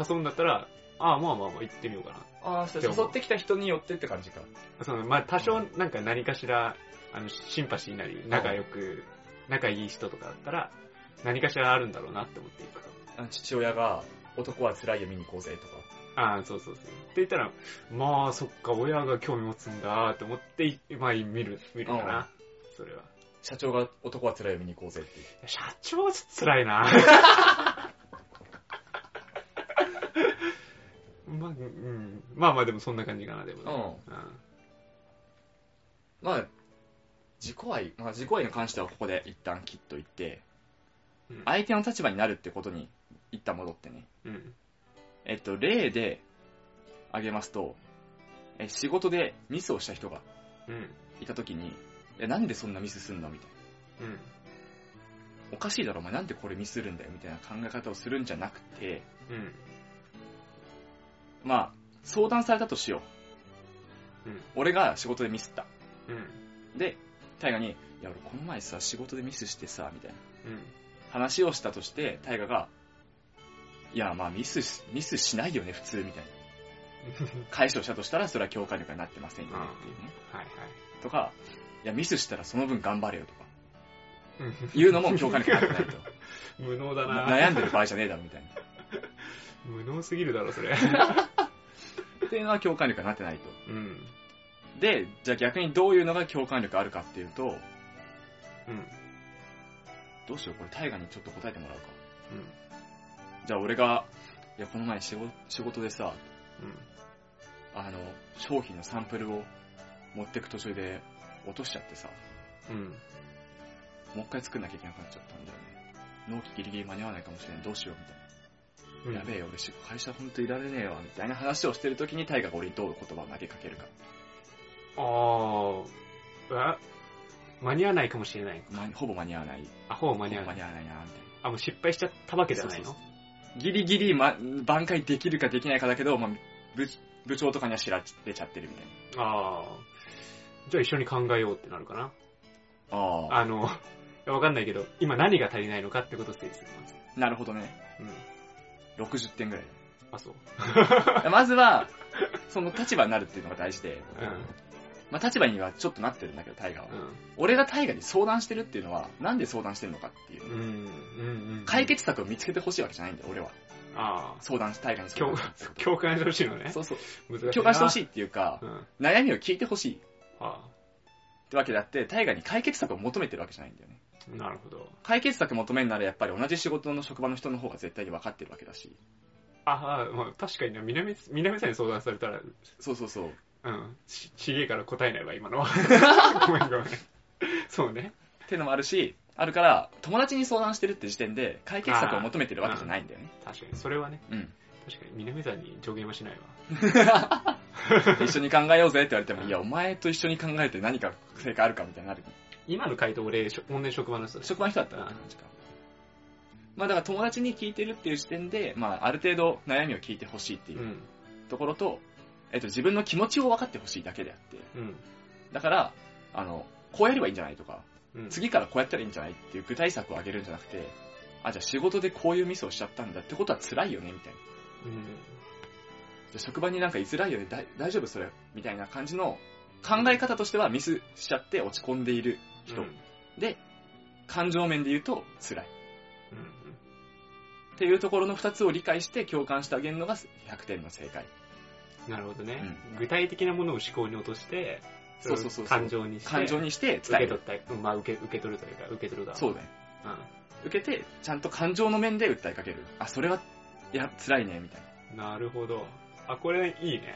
Speaker 1: 誘うんだったら、ああ、まあまあまあ行ってみようかな。
Speaker 3: あー、そう誘ってきた人によってって感じか。
Speaker 1: その、まあ多少なんか何かしら、あの、シンパシーなり、仲良く、仲いい人とかだったら、何かしらあるんだろうなって思っていく。
Speaker 3: あ父親が、男は辛いよ見に行こうぜとか。
Speaker 1: ああ、そうそうそう。って言ったら、まあ、そっか、親が興味持つんだと思ってい、まあ、見る、見るか
Speaker 3: うん
Speaker 1: な。それは。
Speaker 3: 社長が男は辛いよ見に行こうぜって言って。
Speaker 1: 社長はちょっと辛いな。 まあ、うん。まあまあ、でもそんな感じかな、でもね。
Speaker 3: ん。
Speaker 1: うん。
Speaker 3: まあ、自己愛、まあ自己愛に関してはここで一旦切っといて、
Speaker 1: うん
Speaker 3: 相手の立場になるってことに一旦戻ってね。
Speaker 1: うん。
Speaker 3: えっと、例で挙げますと、え仕事でミスをした人が
Speaker 1: うん。
Speaker 3: いた時に、え、なんでそんなミスすんのみたいな。
Speaker 1: うん。
Speaker 3: おかしいだろ、お前なんでこれミスるんだよみたいな考え方をするんじゃなくて、
Speaker 1: うん。
Speaker 3: まあ、相談されたとしよう。
Speaker 1: うん
Speaker 3: 俺が仕事でミスった。
Speaker 1: うん。
Speaker 3: で、タイガに、いや、俺この前さ、仕事でミスしてさ、みたいな
Speaker 1: うん。
Speaker 3: 話をしたとして、タイガが、いや、まあミスし、ミスしないよね、普通、みたいな。解消したとしたら、それは共感力になってませんよね、っていうね。
Speaker 1: はいはい。
Speaker 3: とか、いや、ミスしたらその分頑張れよとか、
Speaker 1: うん
Speaker 3: 言うのも共感力になってな いと。
Speaker 1: 無能だな。
Speaker 3: 悩んでる場合じゃねえだろみたいな。
Speaker 1: 無能すぎるだろ、そ れ。
Speaker 3: っていうのは共感力になってないと。
Speaker 1: うん。
Speaker 3: で、じゃあ逆にどういうのが共感力あるかっていうと、
Speaker 1: うん。
Speaker 3: どうしよう、これ大河にちょっと答えてもらおうか。じゃあ俺が、いや、この前仕事仕事でさ、
Speaker 1: う
Speaker 3: あの、商品のサンプルを持ってく途中で落としちゃってさ、
Speaker 1: ん。うん。
Speaker 3: もう一回作んなきゃいけなくなっちゃったんだよね。納期ギリギリ間に合わないかもしれん、どうしようみたいな。
Speaker 1: うん。
Speaker 3: やべえ、俺し会社ほんといられねえわ、みたいな話をしてる時に大河が俺にどう言葉を投げかけるか。
Speaker 1: ああ、あ間に合わないかもしれない。
Speaker 3: まほぼ間に合わない。
Speaker 1: あ、ほぼ間に合
Speaker 3: ほ
Speaker 1: わ
Speaker 3: ぼ間
Speaker 1: ない。
Speaker 3: に合わないな、みたい
Speaker 1: あ、
Speaker 3: な。
Speaker 1: もう失敗しちゃったわけじゃない
Speaker 3: そう
Speaker 1: の
Speaker 3: ギリギリ、ま、挽回できるかできないかだけど、まあ、部部長とかには知られちゃってるみたい
Speaker 1: ああ。じゃあ一緒に考えようってなるかな。
Speaker 3: な。ああ。
Speaker 1: あの、いやわかんないけど、今何が足りないのかってことを整理する。まず
Speaker 3: なるほどね。
Speaker 1: うん。
Speaker 3: 60点ぐらい。
Speaker 1: あ、そう。
Speaker 3: まずは、その立場になるっていうのが大事で、
Speaker 1: うん。
Speaker 3: まあ、立場にはちょっとなってるんだけど、タイガは。
Speaker 1: うん。
Speaker 3: 俺がタイガに相談してるっていうのは、なんで相談してるのかっていうう。
Speaker 1: ん。うん。うん
Speaker 3: 解決策を見つけてほしいわけじゃないんだよ、俺は。
Speaker 1: ああ。
Speaker 3: 相談し、タイガに相
Speaker 1: 共
Speaker 3: 談して。
Speaker 1: 共感してほしいのね。
Speaker 3: そうそう。
Speaker 1: 難しいな。
Speaker 3: 共感してほし
Speaker 1: い。
Speaker 3: いっていうか
Speaker 1: う、ん。
Speaker 3: 悩みを聞いてほしいっ
Speaker 1: あ
Speaker 3: てわけであって、タイガに解決策を求めてるわけじゃないんだよね。
Speaker 1: あ。なるほど。
Speaker 3: 解決策求めんならやっぱり同じ仕事の職場の人の方が絶対に分かってるわけだし。
Speaker 1: ああ、まあ確かにな、南、南さんに相談されたら、
Speaker 3: そうそうそう。
Speaker 1: うん。ち、ちげえから答えないわ、今 のは。ごめんごめん。そうね。
Speaker 3: ってのもあるし、あるから、友達に相談してるって時点で解決策を求めてるわけじゃないんだよね。
Speaker 1: 確かに、それはね。
Speaker 3: うん。
Speaker 1: 確かに、南さんに助言はしないわ。
Speaker 3: 一緒に考えようぜって言われても、いや、お前と一緒に考えて何か成果あるかみたいになる。
Speaker 1: 今の回答俺、しょ同じ職場の人です。
Speaker 3: 職場の人だったらって感じか。まあだから友達に聞いてるっていう時点で、まあある程度悩みを聞いてほしいって
Speaker 1: う。
Speaker 3: いうんところと、えっと自分の気持ちを分かってほしいだけであって。
Speaker 1: うん。
Speaker 3: だから、あの、こうやればいいんじゃないとか、
Speaker 1: うん。
Speaker 3: 次からこうやったらいいんじゃないっていう具体策を上げるんじゃなくて、あ、じゃあ仕事でこういうミスをしちゃったんだってことは辛いよね、みたいな。
Speaker 1: うん。
Speaker 3: じゃあ職場になんか居づらいよね、だ大丈夫それ、みたいな感じの考え方としてはミスしちゃって落ち込んでいる人。
Speaker 1: うん。
Speaker 3: で、感情面で言うと辛い。
Speaker 1: うん
Speaker 3: っていうところの二つを理解して共感してあげるのが100点の正解。
Speaker 1: なるほどね、具体的なものを思考に落として、
Speaker 3: そうそうそうそう
Speaker 1: 感情にして、
Speaker 3: 感情にして
Speaker 1: 受
Speaker 3: 伝え
Speaker 1: け
Speaker 3: る。
Speaker 1: 取った、まあ受け、受け取るというか、受け取る側。。
Speaker 3: そううだよ。受けて、ちゃんと感情の面で訴えかける。あ、それは、いや、辛いね、みたいな。
Speaker 1: ん。なるほど。あ、これいいね。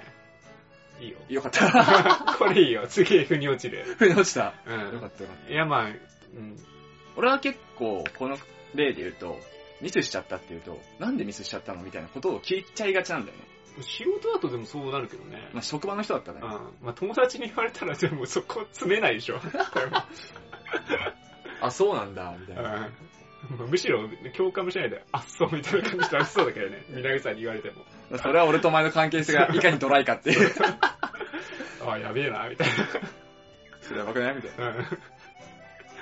Speaker 1: いいよ。
Speaker 3: よかった。
Speaker 1: これいいよ。次、腑に落ちる。
Speaker 3: 腑に落ちた。
Speaker 1: う
Speaker 3: よか
Speaker 1: ん。
Speaker 3: ったよかった。
Speaker 1: いや、まあ、うん。
Speaker 3: 俺は結構、この例で言うと、ミスしちゃったっていうと、なんでミスしちゃったのみたいなことを聞いちゃいがちなんだよね。
Speaker 1: 仕事だとでもそうなるけどね。
Speaker 3: まあ、職場の人だった
Speaker 1: うん
Speaker 3: らね。。
Speaker 1: まあ、友達に言われたら、でもそこ詰めないでしょ。
Speaker 3: あ、そうなんだ、みた
Speaker 1: う
Speaker 3: い
Speaker 1: ん
Speaker 3: な。
Speaker 1: まあむしろ、共感もしないで、あっそうみたいな感じでありそうだけどね。皆さんに言われても。
Speaker 3: それは俺とお前の関係性がいかにドライかっていう。
Speaker 1: あ、やべえな、みたい
Speaker 3: それやばくないみたい
Speaker 1: な。うん
Speaker 3: な。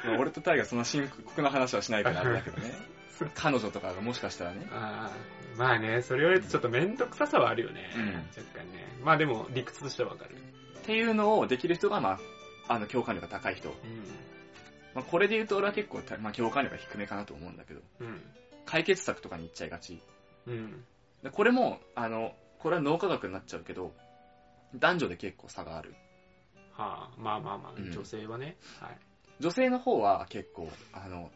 Speaker 3: まあ俺とタイがそんな深刻な話はしないからあれだけどね。彼女とかがもしかしたらね。
Speaker 1: あーまあね、それ言われるとちょっと面倒くささはあるよね。
Speaker 3: うん
Speaker 1: 若干ね。まあでも、理屈としてはわかる。
Speaker 3: っていうのをできる人が、まあ、あの、共感力が高い人。
Speaker 1: う
Speaker 3: まあ、これで言うと俺は結構、まあ、共感力が低めかなと思うんだけど、
Speaker 1: ん。
Speaker 3: 解決策とかに行っちゃいがち。
Speaker 1: うん。うん。
Speaker 3: でこれも、あの、これは脳科学になっちゃうけど、男女で結構差がある。
Speaker 1: はあ、まあまあま
Speaker 3: うん
Speaker 1: あ、女性はね。はい。
Speaker 3: 女性の方は結構、あの、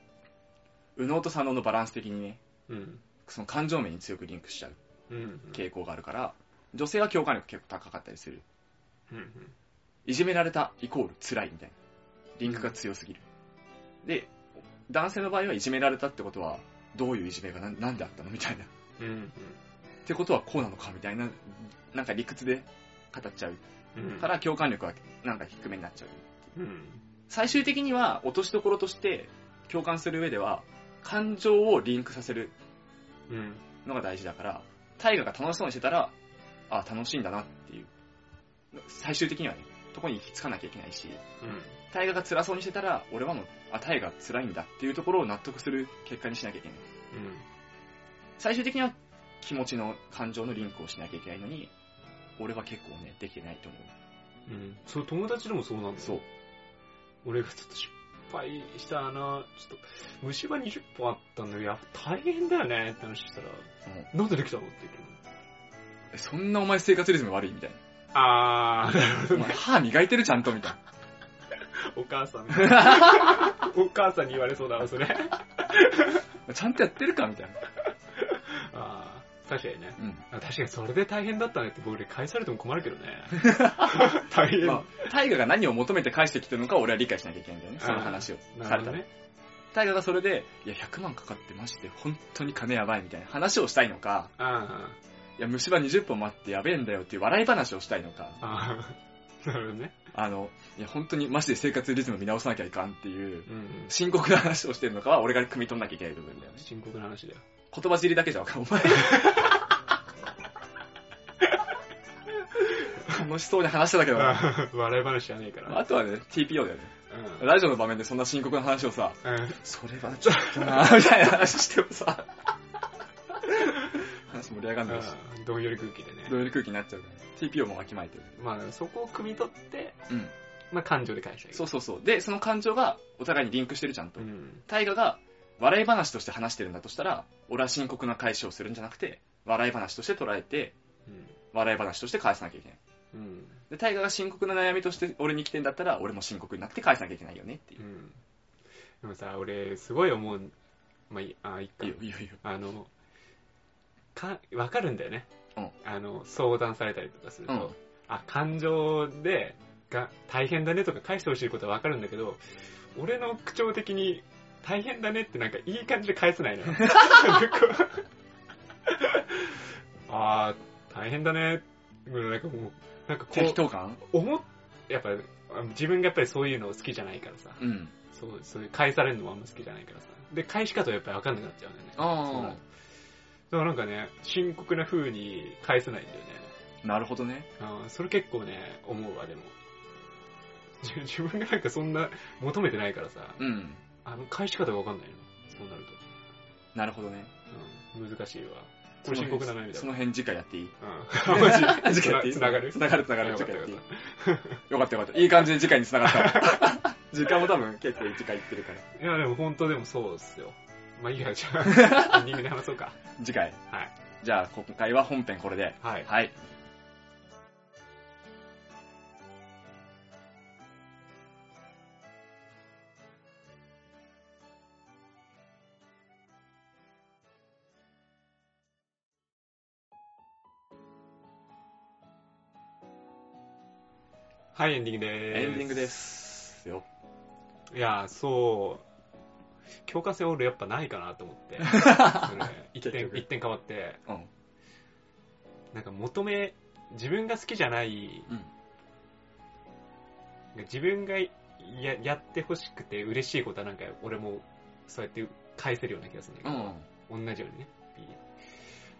Speaker 3: 右脳と左脳のバランス的にね、
Speaker 1: うん。
Speaker 3: その感情面に強くリンクしちゃう
Speaker 1: うん。
Speaker 3: 傾向があるから、女性は共感力結構高かったりする。
Speaker 1: うん。うん
Speaker 3: いじめられたイコール辛いみたいな。リンクが強すぎる。で、男性の場合はいじめられたってことは、どういういじめがなんなんであったのみたいな。っ
Speaker 1: うん。うん
Speaker 3: てことはこうなのかみたいな、なんか理屈で語っちゃう
Speaker 1: うん。
Speaker 3: から共感力はなんか低めになっちゃう。
Speaker 1: うん。
Speaker 3: 最終的には落としどころとして共感する上では感情をリンクさせる
Speaker 1: うん。
Speaker 3: のが大事だから大我が楽しそうにしてたらあ楽しいんだなっていう最終的にはねとこに行き着かなきゃいけないし
Speaker 1: うん。
Speaker 3: 大我が辛そうにしてたら俺はもうあ大我辛いんだっていうところを納得する結果にしなきゃいけない
Speaker 1: うん。
Speaker 3: 最終的には気持ちの感情のリンクをしなきゃいけないのに俺は結構ねできてないと思う
Speaker 1: うん。そう、友達でもそうなんだよ。
Speaker 3: そう
Speaker 1: 俺がちょっと失敗したなちょっと、虫歯20本あったんだけど、やっぱ大変だよねって話したら、
Speaker 3: うん
Speaker 1: なんでできたのって言ってくる
Speaker 3: えそんなお前生活リズム悪いみたい
Speaker 1: あー、なるほ
Speaker 3: なお前歯磨いてるちゃんとみたいな
Speaker 1: お母さん。 お母さんに言われそうだな、それ。
Speaker 3: ちゃんとやってるかみたいな。
Speaker 1: ああ、確かにね。
Speaker 3: うん。
Speaker 1: あ確かにそれで大変だったねって僕で返されても困るけどね。 大変。
Speaker 3: まあ、タイガが何を求めて返してきてるのか俺は理解しなきゃいけないんだよね。その話を
Speaker 1: なるほ
Speaker 3: された
Speaker 1: ど
Speaker 3: ら。
Speaker 1: ね。
Speaker 3: タイガがそれで、いや、100万かかってまして、本当に金やばいみたいな話をしたいのか、
Speaker 1: あ
Speaker 3: いや、虫歯20本もあってやべえんだよっていう笑い話をしたいのか、
Speaker 1: あ、ああ、なるほどね。
Speaker 3: あの、いや、本当にマジで生活リズム見直さなきゃいかんっていう、
Speaker 1: うんうん。
Speaker 3: 深刻な話をしてるのかは俺が汲み取んなきゃいけない部分だよね。
Speaker 1: 深刻な話だよ。
Speaker 3: 言葉尻だけじゃわかん、お 前。楽しそうに話しただけどな。
Speaker 1: 笑い話じゃねえから。
Speaker 3: あとはね、TPO だよね。
Speaker 1: う
Speaker 3: ラジオの場面でそんな深刻な話をさ、
Speaker 1: ん。うん。
Speaker 3: それはちょっと なぁ、みたいな話しても さ、話盛り上がんないし、
Speaker 1: うんどんより空気でね。
Speaker 3: どういう空気になっちゃうから、TPO もわきまえてる。
Speaker 1: まあ、そこを汲み取って、
Speaker 3: うん。
Speaker 1: まあ、感情で返したり。
Speaker 3: そうそうそう。で、その感情がお互いにリンクしてるちゃんと
Speaker 1: う。ん。
Speaker 3: 大我が笑い話として話してるんだとしたら、俺は深刻な返しをするんじゃなくて、笑い話として捉えて、
Speaker 1: うん。
Speaker 3: 笑い話として返さなきゃいけない。
Speaker 1: うん。
Speaker 3: で、大我が深刻な悩みとして俺に来てんだったら、俺も深刻になって返さなきゃいけないよねっていうう。
Speaker 1: ん。でもさ、俺、すごい思う。まあ、いいあ、いっか
Speaker 3: いい。よ、いいよ、いいよ。
Speaker 1: あの、か、わかるんだよね。
Speaker 3: うん
Speaker 1: あの、相談されたりとかすると、
Speaker 3: うん
Speaker 1: あ、感情で、が、大変だねとか返してほしいことはわかるんだけど、俺の口調的に、大変だねってなんかいい感じで返せないのよ。 なんかこうあー、大変だね。なんかもう、なんかこ
Speaker 3: 適
Speaker 1: う、
Speaker 3: 当感
Speaker 1: 思っ、やっぱ、自分がやっぱりそういうの好きじゃないからさ、
Speaker 3: うん。
Speaker 1: そう、そういう返されるのもあんま好きじゃないからさ。で、返し方はやっぱりわかんなくなっちゃうんだよね。そうだから
Speaker 3: あ
Speaker 1: なんかね、深刻な風に返せないんだよね。
Speaker 3: あ。なるほどね。
Speaker 1: あーそれ結構ね、思うわ、でも。自自分がなんかそんな求めてないからさ、
Speaker 3: うん。
Speaker 1: あの、返し方がわかんないの。そうなると。
Speaker 3: なるほどね。
Speaker 1: うん、難しいわ。これ深刻な悩みだ
Speaker 3: その辺次回やっていい
Speaker 1: わ。うん。マジ
Speaker 3: 次回やってい い
Speaker 1: つながる
Speaker 3: つながるつながる。
Speaker 1: よか
Speaker 3: 次
Speaker 1: った
Speaker 3: 回
Speaker 1: よ
Speaker 3: やっ
Speaker 1: か
Speaker 3: てい
Speaker 1: っ
Speaker 3: いよかったよかった。いい感じに次回に繋がった。時間も多分結構次回いってるから。
Speaker 1: た。いや、でも本当でもそうっすよ。まあいいや、じゃ あ、エンディングで話そうか。
Speaker 3: 次回。
Speaker 1: はい。
Speaker 3: じゃあ今回は本編これで。
Speaker 1: はい。
Speaker 3: はい。
Speaker 1: はい、エンディングでーす。
Speaker 3: エンディングで。す。よ。
Speaker 1: いや、そう、強化性オールやっぱないかなと思 って、それ一点
Speaker 3: 結局
Speaker 1: 一点変わって、
Speaker 3: うん
Speaker 1: なんか求め、自分が好きじゃない、
Speaker 3: うん
Speaker 1: 自分がややってほしくて嬉しいことはなんか俺もそうやって返せるような気がするんだ
Speaker 3: う
Speaker 1: けど、
Speaker 3: ん。
Speaker 1: 同じようにね。いいい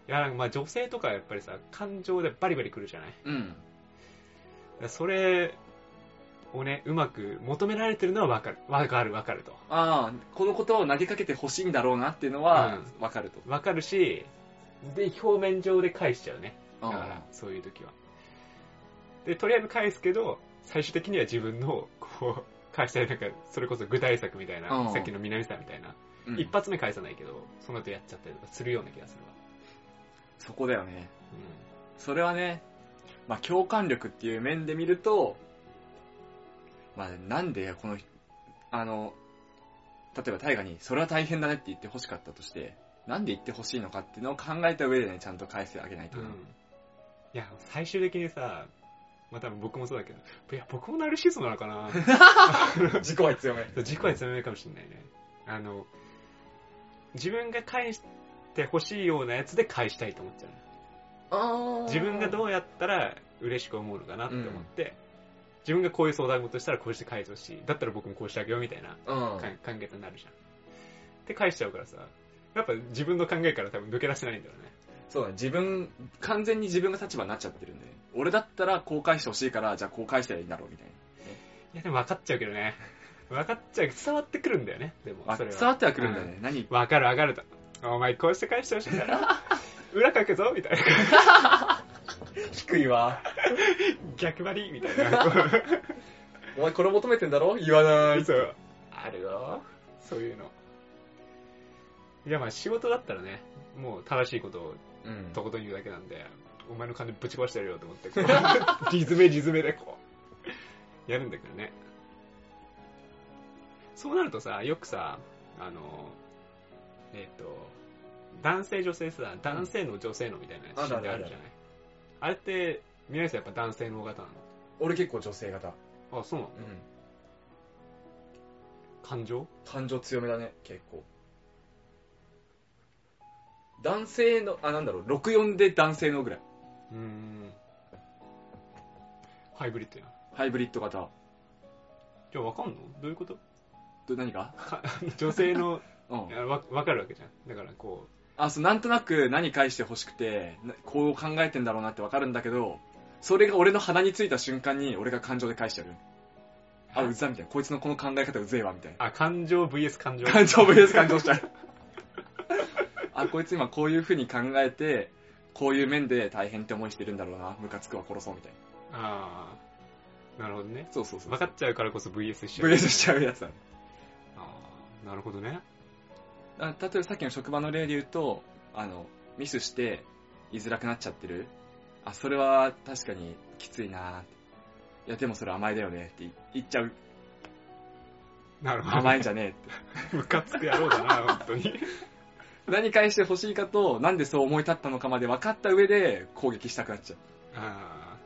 Speaker 1: や、なんかまあ女性とかやっぱりさ、感情でバリバリ来るじゃない
Speaker 3: うん。
Speaker 1: だからそれをね、うまく求められてるのはわかる。わかるわかると。
Speaker 3: ああ、このことを投げかけてほしいんだろうなっていうのはわかると。
Speaker 1: わかるし、で、表面上で返しちゃうね。だか
Speaker 3: うん
Speaker 1: ら、そういう時は。で、とりあえず返すけど、最終的には自分の、こう、返したい、なんか、それこそ具体策みたい
Speaker 3: うん
Speaker 1: な、さっきの南さんみたいな、
Speaker 3: うん
Speaker 1: 一発目返さないけど、その後やっちゃったりとかするような気がするわ。
Speaker 3: そこだよね。それはね、まあ、共感力っていう面で見ると、まあ、なんでこの、あの、例えば大河に、それは大変だねって言ってほしかったとして、なんで言ってほしいのかっていうのを考えた上でね、ちゃんと返してあげないと
Speaker 1: うん。
Speaker 3: ね。
Speaker 1: うん。いや、最終的にさ、まあ、多分僕もそうだけど、いや、僕もナルシストなのかな
Speaker 2: 自己愛強め。
Speaker 1: そう自己愛強めかもしれないね。 あの、自分が返してほしいようなやつで返したいと思っちゃう。自分がどうやったら嬉しく思うのかなって思って、自分がこういう相談事したらこうして返すし、だったら僕もこうしてあげようみたいな
Speaker 3: うん
Speaker 1: か考え方になるじゃん。って返しちゃうからさ、やっぱ自分の考えから多分抜け出せないんだよね。
Speaker 3: そうだね、自分、完全に自分が立場になっちゃってるんで、俺だったらこう返してほしいから、じゃあこう返したらいいんだろうみたい
Speaker 1: いやでも分かっちゃうけどね。 分かっちゃう。伝わってくるんだよね。でも
Speaker 3: な。あ、
Speaker 1: それ
Speaker 3: 伝
Speaker 1: は。
Speaker 3: わってはくるんだよね。何
Speaker 1: わかるわかると。お前こうして返してほしいん だろ。裏書くぞみたいな。
Speaker 2: 低いわ。
Speaker 1: 逆張りみたい な。
Speaker 2: お前これ求めてんだろ言わない。
Speaker 1: そう。あるよ。そういうの。いやまあ仕事だったらね、もう正しいことを
Speaker 3: うん
Speaker 1: とことん言うだけなんで、お前の金ぶち壊してやるよと思って、こ うリズメリズメでこう、やるんだけどね。そうなるとさ、よくさ、あの、えっ、と、男性女性さ、男性の女性のみたいなやつ
Speaker 2: うん
Speaker 1: あるじゃない。あれって、宮内さんやっぱ男性の方型な
Speaker 2: 俺結構女性型。
Speaker 1: のあ、そうなの
Speaker 2: うん。
Speaker 1: 感情
Speaker 2: 感情強めだね、結構。男性の、あ、なんだろう、64で男性のぐらい。
Speaker 1: うーん。ハイブリッドやん。
Speaker 3: ハイブリッド型。
Speaker 1: じゃあわかんのどういうこと
Speaker 3: ど何が
Speaker 1: 女性の、
Speaker 3: うん
Speaker 1: い。やわわかるわけじゃん。だからこ、
Speaker 3: あ、そう、なんとなく何返して欲しくて、なこう考えてんだろうなってわかるんだけど、それが俺の鼻についた瞬間に俺が感情で返しちゃう。あ、うざみたいな。こいつのこの考え方うぜえわ、みたいう
Speaker 1: あ、感情 VS 感情。
Speaker 3: な。感情 VS 感情しちゃう。 あ、こいつ今こういう風に考えて、こういう面で大変って思いしてるんだろうな。ムカつくわ、殺そう、みたいな。
Speaker 1: ああ、なるほどね。
Speaker 3: そうそうそう。
Speaker 1: 分かっちゃうからこそ VS しちゃう。
Speaker 3: VS しち
Speaker 1: ゃう。
Speaker 3: ゃうやつだね。
Speaker 1: ああ、なるほどね。
Speaker 3: あ例えばさっきの職場の例で言うと、あの、ミスして居づらくなっちゃってる。あ、それは確かにきついなぁいや、でもそれ甘えだよねって言っちゃう。
Speaker 1: なるほど、
Speaker 3: 甘えんじゃねえっ
Speaker 1: ムカつく野郎だな、本当に。
Speaker 3: て。何返してほしいかと、なんでそう思い立ったのかまで分かった上で攻撃したくなっちゃう。
Speaker 1: ああ、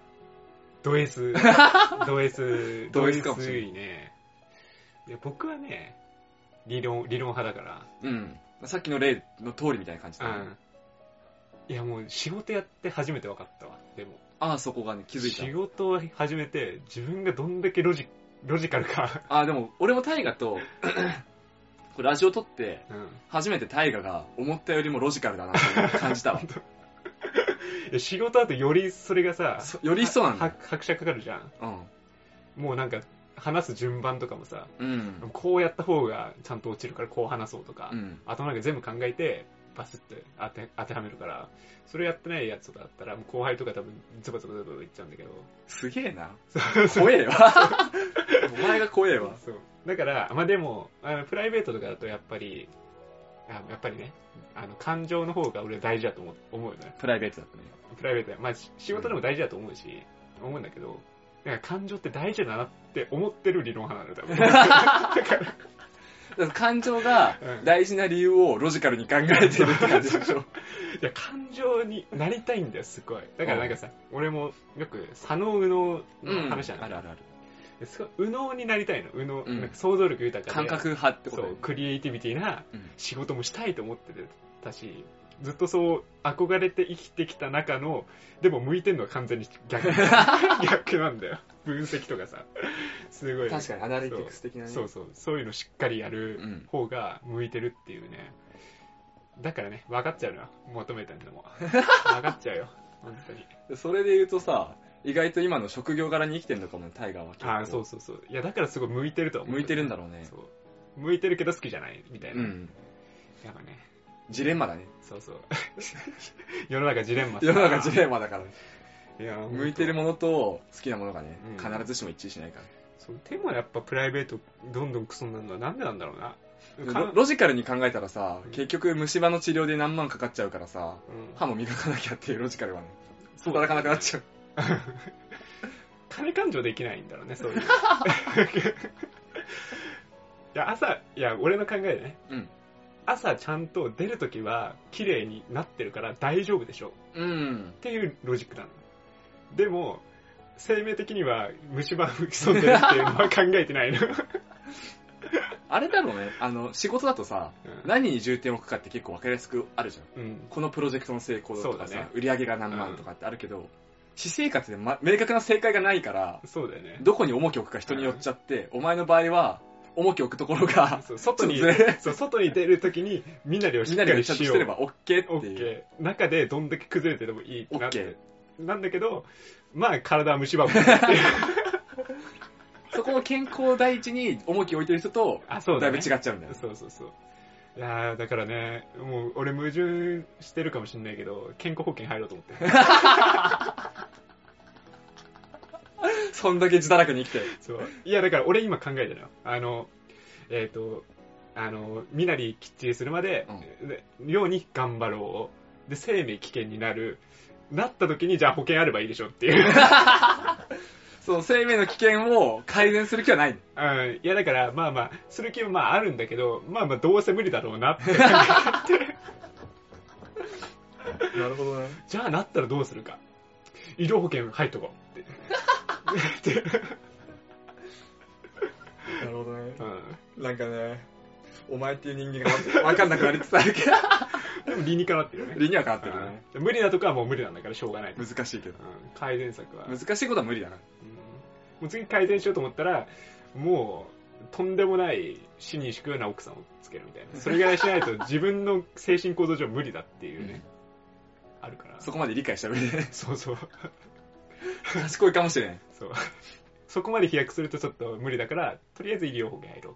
Speaker 1: ド S。ド S。
Speaker 3: ド S かもしれない
Speaker 1: いいね。いや、僕はね、理論、理論派だから。
Speaker 3: うん。さっきの例の通りみたいな感じだ、ね
Speaker 1: うん。いや、もう仕事やって初めて分かったわ。でも。
Speaker 3: ああ、そこがね、気づい
Speaker 1: 仕
Speaker 3: た。
Speaker 1: 事を始めて、自分がどんだけロジ、ロジカルか。
Speaker 3: ああ、でも俺も大河 と、これラジオ撮って、
Speaker 1: うん。
Speaker 3: 初めて大河が思ったよりもロジカルだなって感じ たわ。
Speaker 1: いや仕事だとよりそれがさ、
Speaker 3: そより一層なんだよ
Speaker 1: は。拍車かかるじゃん。
Speaker 3: うん。
Speaker 1: もうなんか、話す順番とかもさ、
Speaker 3: うん。
Speaker 1: こうやった方がちゃんと落ちるからこう話そうとか、
Speaker 3: うん。
Speaker 1: 頭の中全部考えて、バスって当て当てはめるから、それやってないやつとかだったら、もう後輩とか多分、ズバズバズバズバ言っちゃうんだけど。
Speaker 3: すげえ な。
Speaker 1: そう
Speaker 3: 怖えわ。 お前が怖えわ。
Speaker 1: そう。だから、まあでも、あのプライベートとかだとやっぱり、あやっぱりね、あの、感情の方が俺は大事だと思う思うよね。
Speaker 3: プライベートだったね。
Speaker 1: プライベートでまあし仕事でも大事だと思うし、思うんだけど、なんか感情って大事だなって思ってる理論派なんだ よ、
Speaker 3: だから感情が
Speaker 1: 多分。うん
Speaker 3: 大事な理由をロジカルに考えてるって感じでしょ。
Speaker 1: いや、感情になりたいんだよ、すごい。だからなんかさ、俺もよく、左脳右脳の話じゃ
Speaker 3: あ
Speaker 1: ない、
Speaker 3: るあるある。
Speaker 1: すごい右脳になりたいの。右脳、
Speaker 3: うん
Speaker 1: なんか想像力豊かで。
Speaker 3: 感覚派ってこと
Speaker 1: そ
Speaker 3: だよ
Speaker 1: う、
Speaker 3: ね
Speaker 1: クリエイティビティな
Speaker 3: うん
Speaker 1: 仕事もしたいと思ってたし、ずっとそう憧れて生きてきた中の、でも向いてんのは完全に 逆。逆なんだよ。分析とかさ。すごい。
Speaker 3: 確かにアナリティクス的なね。
Speaker 1: そうそう、そういうのしっかりやる
Speaker 3: うん
Speaker 1: 方が向いてるっていうね。だからね、分かっちゃうのよ。求めてんの も。分かっちゃうよ。本当に。
Speaker 3: それで言うとさ、意外と今の職業柄に生きてんのかもね、タイガーは結構。
Speaker 1: ああ、そうそうそう。いや、だからすごい向いてるとは思う。
Speaker 3: 向いてるんだろうね。
Speaker 1: そう。向いてるけど好きじゃない、みたいうな。
Speaker 3: ん。
Speaker 1: やっぱね、
Speaker 3: ジレンマだね。
Speaker 1: そう そう。世の中ジレンマ
Speaker 3: 世の中ジレンマだから。
Speaker 1: いや、
Speaker 3: 向いてるものと好きなものがね
Speaker 1: うん、
Speaker 3: 必ずしも一致しないから。
Speaker 1: そう。でもやっぱプライベートどんどんクソになるのはなんでなんだろうな。か
Speaker 3: ロロジカルに考えたらさ
Speaker 1: うん、
Speaker 3: 結局虫歯の治療で何万かかっちゃうからさ、
Speaker 1: うん
Speaker 3: 歯も磨かなきゃっていうロジカルはね、
Speaker 1: そう
Speaker 3: 働かなくなっちゃう。
Speaker 1: 金勘定できないんだろうね、そう いう。いや、朝、いや、俺の考えでね。
Speaker 3: うん
Speaker 1: 朝ちゃんと出るときは綺麗になってるから大丈夫でしょ。
Speaker 3: うん
Speaker 1: っ。ていうロジックなの。でも、生命的には虫歯吹き損んでるっていうのは考えてない の。
Speaker 3: あれだろうね、あの、仕事だとさ、何に重点を置くかって結構分かりやすくあるじゃん。
Speaker 1: うん。うん
Speaker 3: このプロジェクトの成功とか
Speaker 1: そう
Speaker 3: さ、
Speaker 1: だね
Speaker 3: 売り上げが何万とかってあるけど、私生活で、ま、明確な正解がないから、
Speaker 1: そうだよね。
Speaker 3: どこに重きを置くか人によっちゃって、お前の場合は、重きを置くところが、
Speaker 1: そう外に
Speaker 3: ちょっとずれ、
Speaker 1: そう外に出るときにみんなでをしっ
Speaker 3: みん
Speaker 1: か
Speaker 3: なで
Speaker 1: り
Speaker 3: ちゃん
Speaker 1: し
Speaker 3: とし
Speaker 1: よ
Speaker 3: て
Speaker 1: う
Speaker 3: れ。ば OK
Speaker 1: オ
Speaker 3: って
Speaker 1: ッ
Speaker 3: いう。
Speaker 1: ケー。中でどんだけ崩れててもいいなって。
Speaker 3: OK
Speaker 1: なんだけど、まあ体は虫歯も。あ、
Speaker 3: そこを健康を第一に重きを置いてる人と、
Speaker 1: そうだ、
Speaker 3: だいぶ
Speaker 1: ね。
Speaker 3: 違っちゃうんだよね。
Speaker 1: そうそうそう。いやーだからね、もう俺矛盾してるかもしんないけど、健康保険入ろうと思っ て。
Speaker 3: そんだけ自堕落に生きて。
Speaker 1: そう。いやだから俺今考えてるよ。あの、えっ、と、あの、身なりきっちりするまで、でように頑張ろう。で、生命危険になる。なった時に、じゃあ保険あればいいでしょっていう。
Speaker 3: その生命の危険を改善する気はない。
Speaker 1: うん、いやだからまあまあする気もまああるんだけどまあまあどうせ無理だろうなって
Speaker 3: なるほどね。
Speaker 1: じゃあなったらどうするか医療保険入っとこうってって
Speaker 3: なるほどね。
Speaker 1: うん
Speaker 3: なんかね、お前っていう人間が わかんなくなりつつあるけ ど、
Speaker 1: でも理にかなってるよね
Speaker 3: 理には変わってるね。
Speaker 1: うん無理なとこはもう無理なんだからしょうがない、うん、
Speaker 3: 難しいけど。
Speaker 1: 改善策は、うん
Speaker 3: 難しいことは無理だな。
Speaker 1: もう次改善しようと思ったら、もう、とんでもない死に敷くような奥さんをつけるみたいな。それぐらいしないと 自分の精神構造上無理だっていうね、あるから。
Speaker 3: そこまで理解した上で
Speaker 1: そうそう。
Speaker 3: 賢いかもしれん
Speaker 1: そう。そこまで飛躍するとちょっと無理だから、とりあえず医療保険入ろ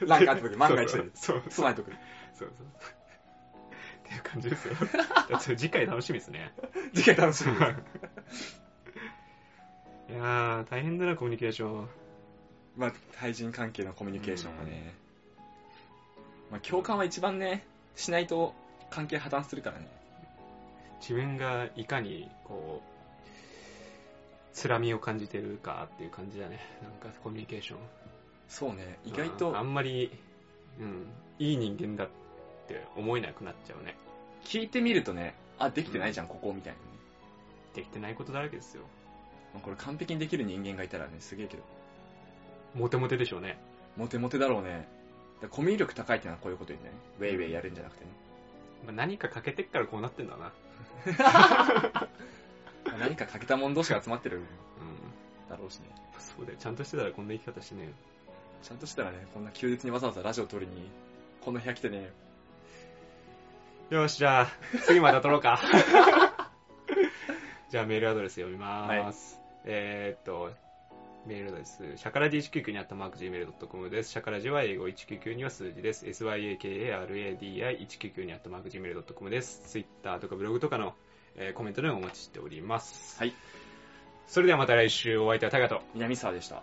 Speaker 1: う。
Speaker 3: なんかあった時万が一で
Speaker 1: そうそう
Speaker 3: 備えとく
Speaker 1: そうそう。っていう感じ ですよ。じゃあ次回楽しみですね。
Speaker 3: 次回楽しみ
Speaker 1: いやー、大変だな、コミュニケーション。
Speaker 3: まあ対人関係のコミュニケーションがね、まあ、共感は一番ねしないと関係破綻するからね
Speaker 1: 自分がいかに、こう、つらみを感じてるかっていう感じだね。なんかコミュニケーション。
Speaker 3: そうね意外と
Speaker 1: あーあんまり、うん、いい人間だって思えなくなっちゃうね。
Speaker 3: 聞いてみるとねあできてないじゃん、ここみたいなね
Speaker 1: できてないことだらけですよ。
Speaker 3: まあこれ完璧にできる人間がいたらねすげえけど
Speaker 1: モテモテでしょうね。
Speaker 3: モテモテだろうねだからコミュ力高いってのはこういうこと言うねウェイウェイやるんじゃなくてね、
Speaker 1: まあ何か欠けてっからこうなってんだな。
Speaker 3: まあ何か欠けた者同士が集まってる
Speaker 1: うん。
Speaker 3: だろうしね
Speaker 1: そうだよ。ちゃんとしてたらこんな生き方しねえよ。
Speaker 3: ちゃんとしたらねこんな休日にわざわざラジオ撮りにこの部屋来てね
Speaker 1: よし、じゃあ、次また撮ろうか。じゃあ、メールアドレス読みます。えーっと、メールアドレス、シャカラジ199にあったマーク Gmail.com です。シャカラジは英語199には数字です。syakaradi199 にあったマーク Gmail.com です。Twitter とかブログとかの、えーコメントでもお待ちしております。
Speaker 3: はい。
Speaker 1: それではまた来週お会いいたいタカと。
Speaker 3: 南沢でした